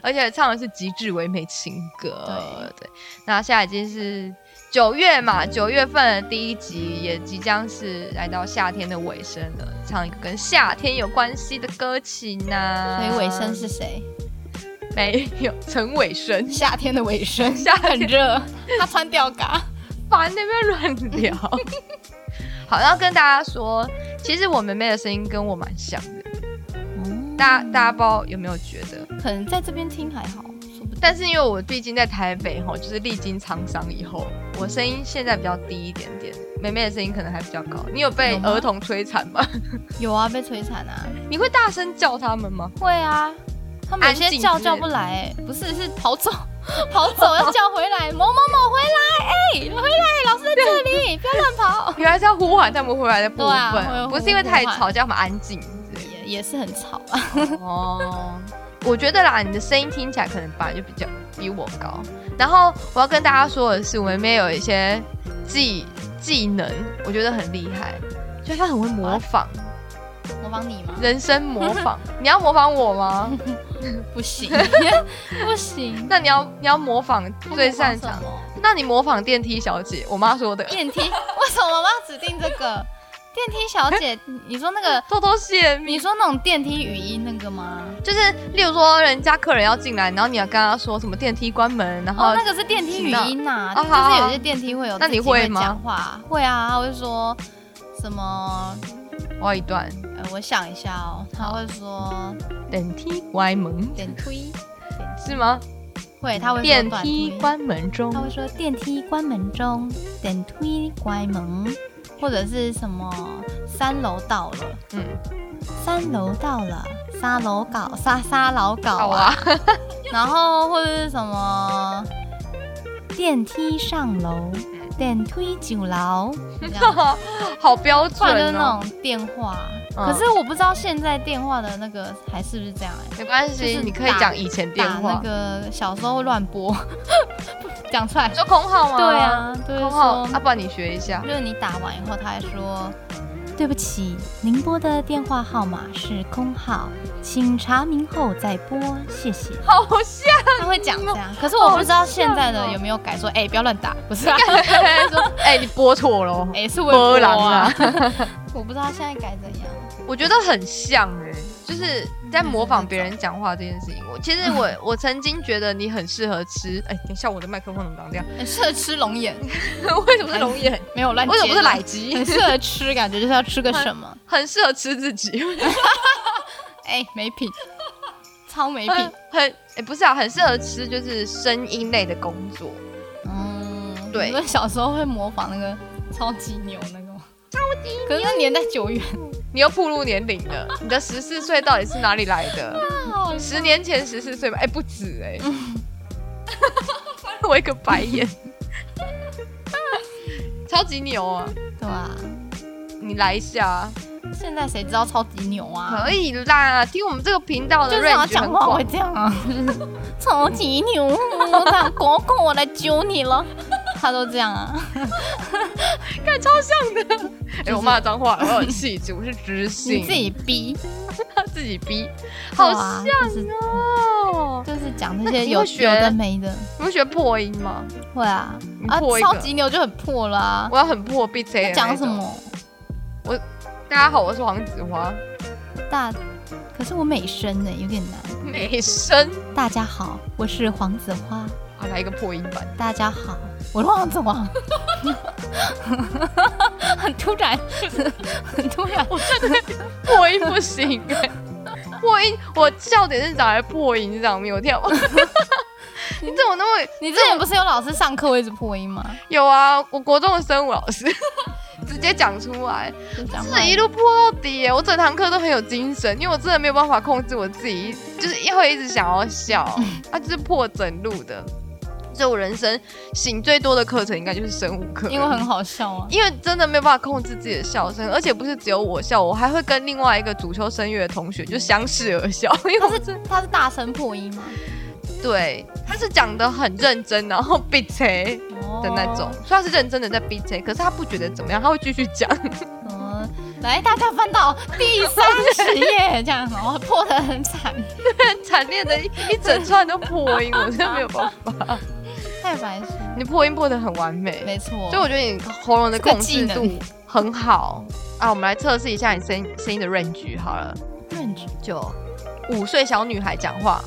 Speaker 2: 而且唱的是极致唯美情歌。对，那现在已经是九月嘛，九月份的第一集也即将是来到夏天的尾声了，唱一个跟夏天有关系的歌曲呢。
Speaker 3: 所以尾声是谁？
Speaker 2: 没有陈尾声，
Speaker 3: 夏天的尾声，
Speaker 2: 夏天
Speaker 3: 很热，他穿吊嘎。
Speaker 2: 烦那边乱聊。好，然后跟大家说，其实我妹妹的声音跟我蛮像的，大家大家不知道有没有觉得？
Speaker 3: 可能在这边听还好，说不定
Speaker 2: 但是因为我毕竟在台北吼，就是历经沧桑以后，我声音现在比较低一点点，妹妹的声音可能还比较高。你有被
Speaker 3: 有吗
Speaker 2: 儿童摧残吗？
Speaker 3: 有啊，被摧残啊，
Speaker 2: 你会大声叫他们吗？
Speaker 3: 会啊，他们有
Speaker 2: 安
Speaker 3: 些
Speaker 2: 静
Speaker 3: 叫
Speaker 2: 之类
Speaker 3: 叫不来、欸不是是跑走，跑走要叫回来，某某某回来，哎、回来，老师在这里，不要乱跑，
Speaker 2: 哦原来是要呼喊他们回来的部分，
Speaker 3: 对啊会
Speaker 2: 不是因为太
Speaker 3: 呼唤
Speaker 2: 吵叫他们安静之类的
Speaker 3: 也也是很吵啊，
Speaker 2: 哦， 我觉得啦，你的声音听起来可能本来就比较比我高。然后我要跟大家说的是，我妹妹有一些技技能，我觉得很厉害，就她很会模仿，
Speaker 3: 模仿你吗？
Speaker 2: 人生模仿。你要模仿我 吗？
Speaker 3: 不行， 不行，
Speaker 2: 那你要你要模仿最擅
Speaker 3: 我
Speaker 2: 长
Speaker 3: 模仿什。么
Speaker 2: 那你模仿电梯小姐，我妈说的，
Speaker 3: 电梯，为什么我要指定这个电梯小姐？你说那个，
Speaker 2: 偷偷泄密。
Speaker 3: 你说那种电梯语音那个吗？
Speaker 2: 就是，例如说，人家客人要进来，然后你要跟他说什么电梯关门，然后、
Speaker 3: 哦，那个是电梯语音呐、
Speaker 2: 哦好
Speaker 3: 就是
Speaker 2: 好
Speaker 3: 有些电梯会有
Speaker 2: 那
Speaker 3: 自
Speaker 2: 你
Speaker 3: 己
Speaker 2: 会
Speaker 3: 会
Speaker 2: 吗
Speaker 3: 讲话，会啊，他会说什么？
Speaker 2: 我要一段
Speaker 3: 呃，我想一下哦，他会说
Speaker 2: 电梯关门
Speaker 3: 电梯，
Speaker 2: 是吗？
Speaker 3: 会，他会说
Speaker 2: 电
Speaker 3: 短
Speaker 2: 梯
Speaker 3: 推，
Speaker 2: 关门中
Speaker 3: 他，会说电梯关门中，电梯关门，或者是什么三楼到了，
Speaker 2: 嗯，
Speaker 3: 三楼到了，沙楼搞沙沙老搞
Speaker 2: 好
Speaker 3: 啊，
Speaker 2: 啊，
Speaker 3: 然后或者是什么电梯上楼，
Speaker 2: 嗯
Speaker 3: 电梯九楼，这样
Speaker 2: 好标
Speaker 3: 不然就是
Speaker 2: 准
Speaker 3: 那
Speaker 2: 哦。
Speaker 3: 种电话。
Speaker 2: 嗯
Speaker 3: 可是我不知道现在电话的那个还是不是这样哎、
Speaker 2: 没关
Speaker 3: 就
Speaker 2: 系，
Speaker 3: 是
Speaker 2: 你可以
Speaker 3: 打
Speaker 2: 讲以前电
Speaker 3: 打那
Speaker 2: 话，
Speaker 3: 个小时候乱拨，讲出来。
Speaker 2: 说空号吗？
Speaker 3: 对，啊，对
Speaker 2: 空号
Speaker 3: 说，，
Speaker 2: 啊，不然你学一下。
Speaker 3: 就是你打完以后，他还说。对不起，您拨的电话号码是空号，请查明后再拨，谢谢。
Speaker 2: 好像
Speaker 3: 他会讲这
Speaker 2: 哦
Speaker 3: 样，可是我不知道现在的有没有改说，哎、不要乱打， 不 是啊，
Speaker 2: 说， 哎，你拨错了哦。
Speaker 3: 哎、是微博啊
Speaker 2: 啊，
Speaker 3: 我不知道现在改怎样。
Speaker 2: 我觉得很像哎，就是你在模仿别人讲话这件事情。我其实我我曾经觉得你很适合吃，哎，等一下我的麦克风怎么长这样？
Speaker 3: 很适合吃龙眼，
Speaker 2: 为什么是龙眼？
Speaker 3: 没有乱接
Speaker 2: 为什么不是
Speaker 3: 的
Speaker 2: 奶
Speaker 3: 很
Speaker 2: 鸡？
Speaker 3: 适合吃，感觉就是要吃个什么，
Speaker 2: 很适合吃自己，
Speaker 3: 哎、没品，超没 品
Speaker 2: 很。很哎不是啊，很适合吃就是声音类的工作。
Speaker 3: 嗯，
Speaker 2: 对
Speaker 3: 你们小时候会模仿那个超级牛那个吗？超级牛，可是那年代久远，
Speaker 2: 你又暴露年龄了，你的十四岁到底是哪里来的？ 十年前十四岁吧，哎、不止哎、 我一个白眼， 超级牛啊！
Speaker 3: 对吧、
Speaker 2: 你来一下啊，
Speaker 3: 现在谁知道超级牛啊？
Speaker 2: 可以啦。听我们这个频道的
Speaker 3: 就是要
Speaker 2: range
Speaker 3: 讲
Speaker 2: 很
Speaker 3: 话会
Speaker 2: 广，
Speaker 3: 这样啊， 超级牛，我长狗狗，我来揪你 了。他都这样啊，
Speaker 2: 哎、我骂脏话，我有气质，我是知性，
Speaker 3: 你自己逼，
Speaker 2: 自己逼，好
Speaker 3: 对啊
Speaker 2: 像
Speaker 3: 就是
Speaker 2: 哦。
Speaker 3: 就是讲
Speaker 2: 那
Speaker 3: 那些
Speaker 2: 你
Speaker 3: 有
Speaker 2: 会学
Speaker 3: 有的没的，
Speaker 2: 你会学破音吗？
Speaker 3: 会啊
Speaker 2: 你
Speaker 3: 啊
Speaker 2: 破，一个
Speaker 3: 超级牛就很破了啊。
Speaker 2: 我要很破 B J。
Speaker 3: 在讲什？么？
Speaker 2: 大家好，我是黄子华，
Speaker 3: 大，可是我美声呢，欸有点难。
Speaker 2: 美声
Speaker 3: 大家好，我是黄子花。
Speaker 2: 啊，来一个破音版。
Speaker 3: 大家好，我是黄子华。 很 突然，很突然，
Speaker 2: 破音不行、哎
Speaker 3: 嗯
Speaker 2: 欸，破音我笑点是长在破音上面，我跳。你怎么那么
Speaker 3: 你之前不是有老师上课会一直破音吗？
Speaker 2: 有啊？我国中的生物老师 直接讲出来，
Speaker 3: 就讲
Speaker 2: 是一路破到底耶！我整堂课都很有精神，因为我真的没有办法控制我自己，就是会一直想要笑，啊，就是破整路的。所以我人生醒最多的课程应该就是生物课，
Speaker 3: 因为很好笑啊。
Speaker 2: 因为真的没有办法控制自己的笑声，而且不是只有我笑，我还会跟另外一个主修声乐的同学就相视而笑， 因为
Speaker 3: 他
Speaker 2: 我
Speaker 3: 是他是大声破音吗？
Speaker 2: 对他是讲的很认真，然后闭嘴的那种，
Speaker 3: 哦。
Speaker 2: 所以他是认真的在闭嘴，可是他不觉得怎么样，他会继续讲。
Speaker 3: 嗯，来大家翻到第三十页，这样然后破的很惨，
Speaker 2: 惨烈的一一整串都破音，我真的没有办法。
Speaker 3: 太白痴。
Speaker 2: 你破音破的很完美，
Speaker 3: 没错，
Speaker 2: 所以我觉得你喉咙的控制
Speaker 3: 这个
Speaker 2: 度
Speaker 3: 技
Speaker 2: 很好啊。我们来测试一下你声音声音的 range 好了，
Speaker 3: range
Speaker 2: 就五岁小女孩讲话，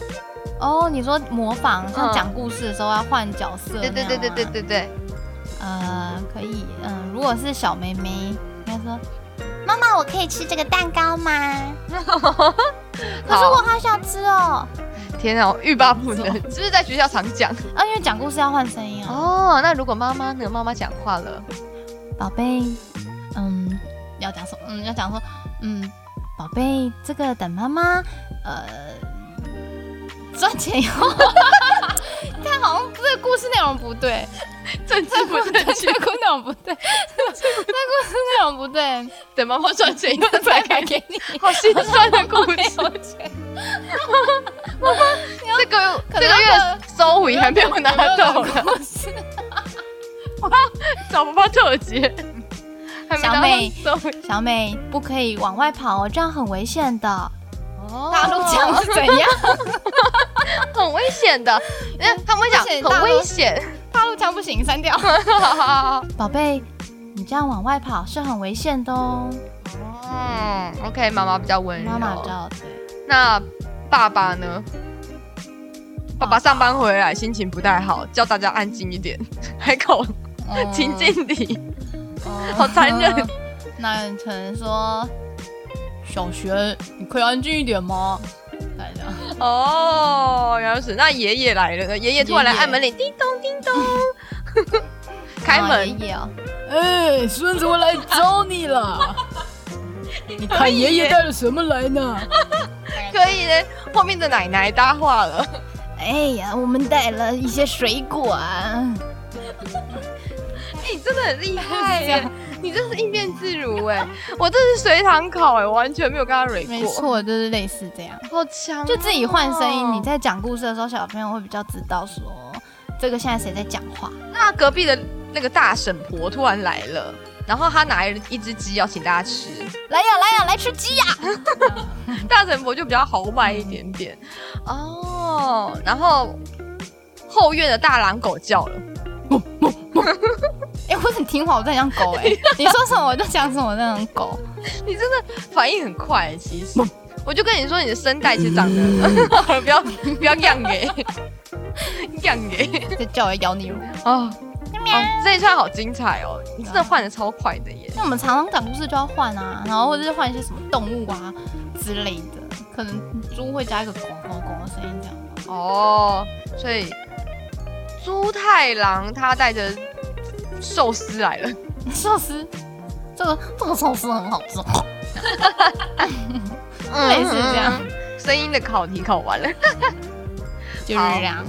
Speaker 3: 哦，你说模仿像
Speaker 2: 嗯
Speaker 3: 讲故事的时候要换角色，
Speaker 2: 对对对对对，对对，
Speaker 3: 呃，可以，嗯、如果是小妹妹，应该说。妈妈，我可以吃这个蛋糕吗？可是我好想吃哦。
Speaker 2: 天啊，我欲罢不能，是不是在学校常讲？
Speaker 3: 啊，因为讲故事要换声音啊。
Speaker 2: 哦，那如果妈妈呢？妈妈讲话了，
Speaker 3: 宝贝，嗯，要讲什么？嗯，要讲说，嗯，宝贝，这个等妈妈，呃，赚钱以后， 看好像这个故事内容不 对，
Speaker 2: 政治不正确
Speaker 3: 这，个故事内容不对，这个故事内容不对，
Speaker 2: 等妈妈赚钱以后再给你。
Speaker 3: 给 你。
Speaker 2: 好心酸的故事，
Speaker 3: 我钱，
Speaker 2: 这个
Speaker 3: 可
Speaker 2: 这
Speaker 3: 能
Speaker 2: 个月
Speaker 3: 要
Speaker 2: 收尾还没有拿到
Speaker 3: 有
Speaker 2: 呢
Speaker 3: 没有。故事。
Speaker 2: 找不到特辑，还没拿
Speaker 3: 小
Speaker 2: 到
Speaker 3: 美
Speaker 2: 收尾
Speaker 3: 小美不可以往外跑哦，这样很危险的。
Speaker 2: 哦
Speaker 3: 大陆讲是怎样？
Speaker 2: 很危险的，人家他们会讲
Speaker 3: 而且大
Speaker 2: 哦很
Speaker 3: 陆
Speaker 2: 危险，
Speaker 3: 大陆腔不行，删掉。
Speaker 2: 嗯
Speaker 3: 宝贝，你这样往外跑是很危险的哦。
Speaker 2: 嗯，OK，妈妈比较温柔，
Speaker 3: 妈妈教对，
Speaker 2: 那爸爸呢？爸爸上班回来心情不太好，叫大家安静一点， 还口 情境里， 好残忍。
Speaker 3: 哦那可能说，小学你可以安静一点吗？大家
Speaker 2: 哦，原来是那爷爷来了，爷爷突然来按门铃，叮咚叮咚， 开门，
Speaker 3: 爷爷哦，
Speaker 5: 哎，孙子，我来找你 了。你看爷爷带了什么来 呢？
Speaker 2: 可以嘞。后面的奶奶搭话 了，
Speaker 3: 哎呀，我们带了一些水果啊。
Speaker 2: 哎你真的很厉害
Speaker 3: 这
Speaker 2: 耶
Speaker 3: 样！
Speaker 2: 你这是应变自如哎，我这是随堂考哎，我完全没有跟他蕊
Speaker 3: 没
Speaker 2: 过，
Speaker 3: 错，就是类似这样，
Speaker 2: 好强哦，
Speaker 3: 就自己换声音。你在讲故事的时候，小朋友会比较知道说这个现在谁在讲话。
Speaker 2: 那隔壁的那个大婶婆突然来了，然后她拿了一只鸡要请大家吃，
Speaker 3: 来呀来呀，来吃鸡呀！
Speaker 2: 大婶婆就比较豪迈一点点哦。然后后院的大狼狗叫了，
Speaker 3: 哎，我很听话，我在像狗 哎、你说什么我就讲什么那种狗。
Speaker 2: 你真的反应很快，其实。我就跟你说，你的声带其实长得，好了不要不要样给，样给
Speaker 3: 就叫我咬你乳。
Speaker 2: 哦。哦，这一串好精彩哦！你真的换的超快的耶。
Speaker 3: 那我们常常讲故事就要换啊，然后或者是换一些什么动物啊之类的，可能猪会加一个“拱拱拱”的声音这样吧。
Speaker 2: 哦，所以猪太郎他带着寿司来了，
Speaker 3: 寿司，这个这个寿司很好吃，
Speaker 2: 类
Speaker 3: 类似这样，
Speaker 2: 声音的考题考完了。
Speaker 3: 就是这样。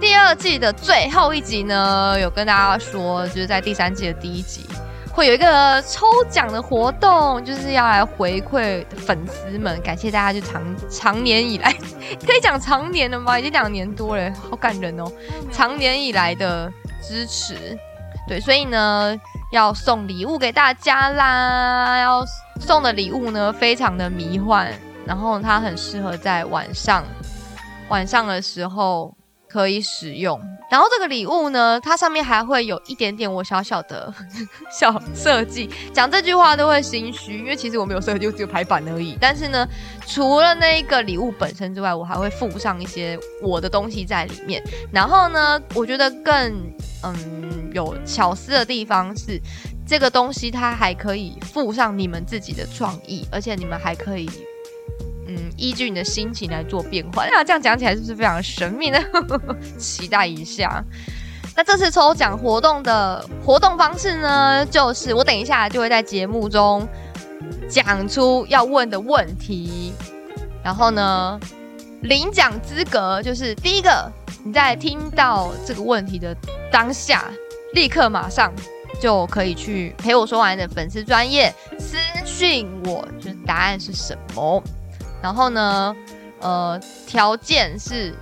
Speaker 2: 第二季的最后一集呢，有跟大家说，就是在第三季的第一集会有一个抽奖的活动，就是要来回馈粉丝们，感谢大家就长长年以来， 可以讲常年了吗？已经两年多了，好感人哦，常年以来的支持，对，所以呢。要送礼物给大家啦！要送的礼物呢，非常的迷幻，然后它很适合在晚上，晚上的时候可以使用。然后这个礼物呢，它上面还会有一点点我小小的 小设计。讲这句话都会心虚，因为其实我没有设计，我只有排版而已。但是呢，除了那一个礼物本身之外，我还会附上一些我的东西在里面。然后呢，我觉得更嗯有巧思的地方是。这个东西它还可以附上你们自己的创意，而且你们还可以，嗯，依据你的心情来做变换。那这样讲起来是不是非常神秘呢？ 期待一下。那这次抽奖活动的活动方式呢，就是我等一下就会在节目中讲出要问的问题，然后呢，领奖资格就是第一个，你在听到这个问题的当下，立刻马上就可以去陪我说完的粉丝专业私讯我，就是答案是什么。然后呢，呃，条件是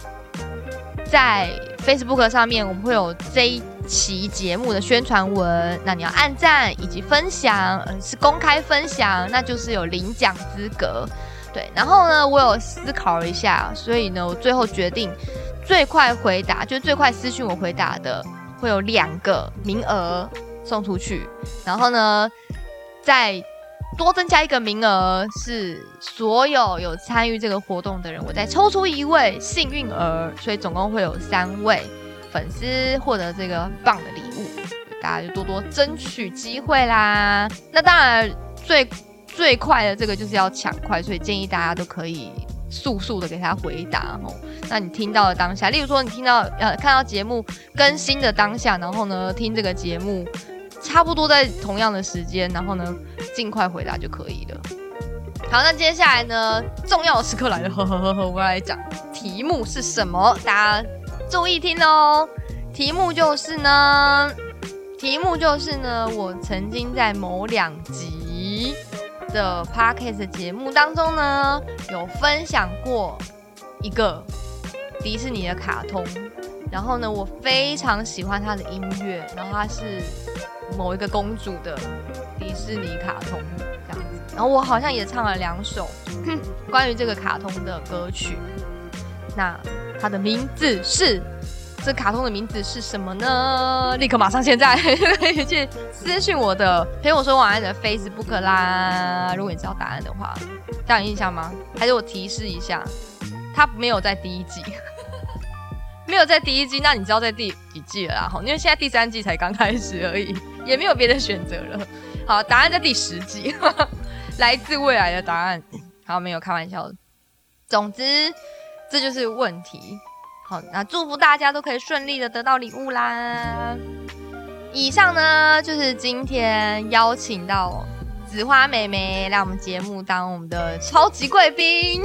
Speaker 2: 在 Facebook 上面我们会有这一期节目的宣传文，那你要按赞以及分享，呃，是公开分享，那就是有领奖资格。对，然后呢，我有思考了一下，所以呢，我最后决定最快回答，就是最快私讯我回答的，会有两个名额送出去，然后呢，再多增加一个名额，是所有有参与这个活动的人，我再抽出一位幸运儿，所以总共会有三位粉丝获得这个棒的礼物，大家就多多争取机会啦。那当然最最快的这个就是要抢快，所以建议大家都可以速速的给他回答哦。那你听到的当下，例如说你听到呃看到节目更新的当下，然后呢听这个节目，差不多在同样的时间，然后呢尽快回答就可以了。好，那接下来呢重要的时刻来了， 呵呵呵呵，我们来讲题目是什么，大家注意听哦。题目就是呢，题目就是呢，我曾经在某两集的 podcast 节目当中呢，有分享过一个迪士尼的卡通，然后呢，我非常喜欢它的音乐，然后它是某一个公主的迪士尼卡通这样子，然后我好像也唱了两首关于这个卡通的歌曲，那它的名字是。这卡通的名字是什么呢？立刻马上现在 可以去私信我的陪我说晚安的 Facebook 啦。如果你知道答案的话，这样有印象吗？还是我提示一下，它没有在第一季， 没有在第一季，那你知道在第几季了啦？吼因为现在第三季才刚开始而已，也没有别的选择了。好，答案在第十季， 来自未来的答案。好，没有开玩笑的。总之，这就是问题。好，那祝福大家都可以顺利的得到礼物啦。以上呢，就是今天邀请到紫花妹妹来我们节目当我们的超级贵宾，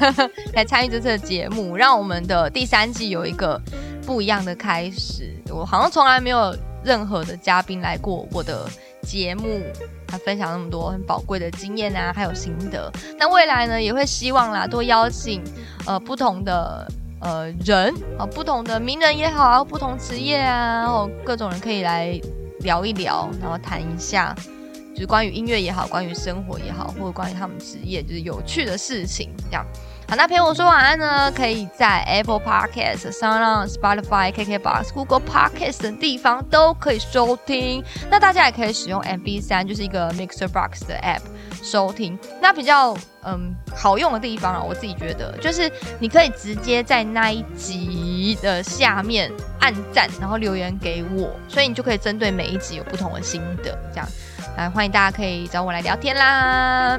Speaker 2: 来参与这次的节目，让我们的第三季有一个不一样的开始。我好像从来没有任何的嘉宾来过我的节目，他分享那么多很宝贵的经验啊，还有心得。那未来呢，也会希望啦，多邀请呃不同的呃人啊、不同的名人也好啊，不同职业啊，然后各种人可以来聊一聊，然后谈一下，就是关于音乐也好，关于生活也好，或者关于他们职业就是有趣的事情这样。好，那陪我说晚安呢，可以在 Apple Podcast、Sound、Spotify、KKBox、Google Podcast 等地方都可以收听。那大家也可以使用 MB 三，就是一个 Mixer Box 的 App 收听。那比较嗯好用的地方啊，我自己觉得就是你可以直接在那一集的下面按赞，然后留言给我，所以你就可以针对每一集有不同的心得，这样来欢迎大家可以找我来聊天啦。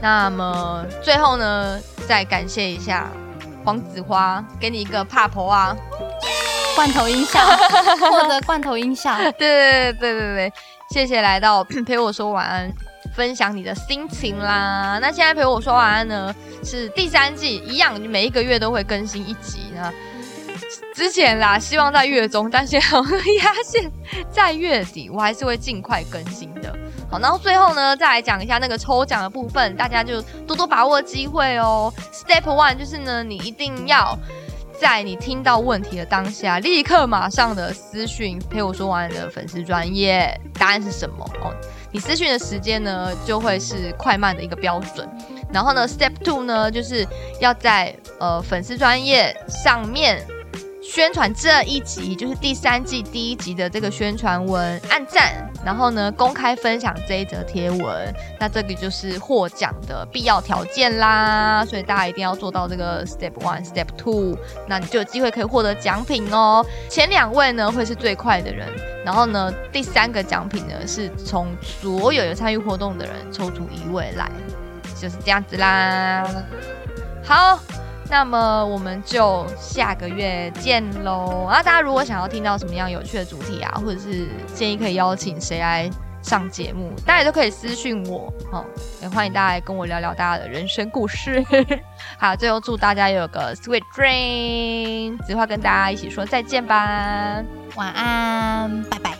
Speaker 2: 那么最后呢，再感谢一下黄子花，给你一个帕婆啊！
Speaker 3: 罐头音效，获得罐头音效，
Speaker 2: 对对对对对对，谢谢来到陪我说晚安，分享你的心情啦。那现在陪我说晚安呢，是第三季，一样每一个月都会更新一集呢。之前啦，希望在月中，但现在我们 压线在月底，我还是会尽快更新的。好，然后最后呢，再来讲一下那个抽奖的部分，大家就多多把握机会哦。Step one 就是呢，你一定要在你听到问题的当下，立刻马上的私讯陪我说完的粉丝专业答案是什么哦。你私讯的时间呢，就会是快慢的一个标准。然后呢，Step two 呢，就是要在呃粉丝专业上面宣传这一集，就是第三季第一集的这个宣传文，按赞，然后呢公开分享这一则贴文，那这个就是获奖的必要条件啦，所以大家一定要做到这个 step one、step two，那你就有机会可以获得奖品哦。前两位呢会是最快的人，然后呢第三个奖品呢是从所有有参与活动的人抽出一位来。就是这样子啦。好，那么我们就下个月见喽。那大家如果想要听到什么样有趣的主题啊，或者是建议可以邀请谁来上节目，大家也都可以私讯我哦。也欢迎大家来跟我聊聊大家的人生故事。好，最后祝大家有个 sweet dream。子话跟大家一起说再见吧。
Speaker 3: 晚安，拜拜。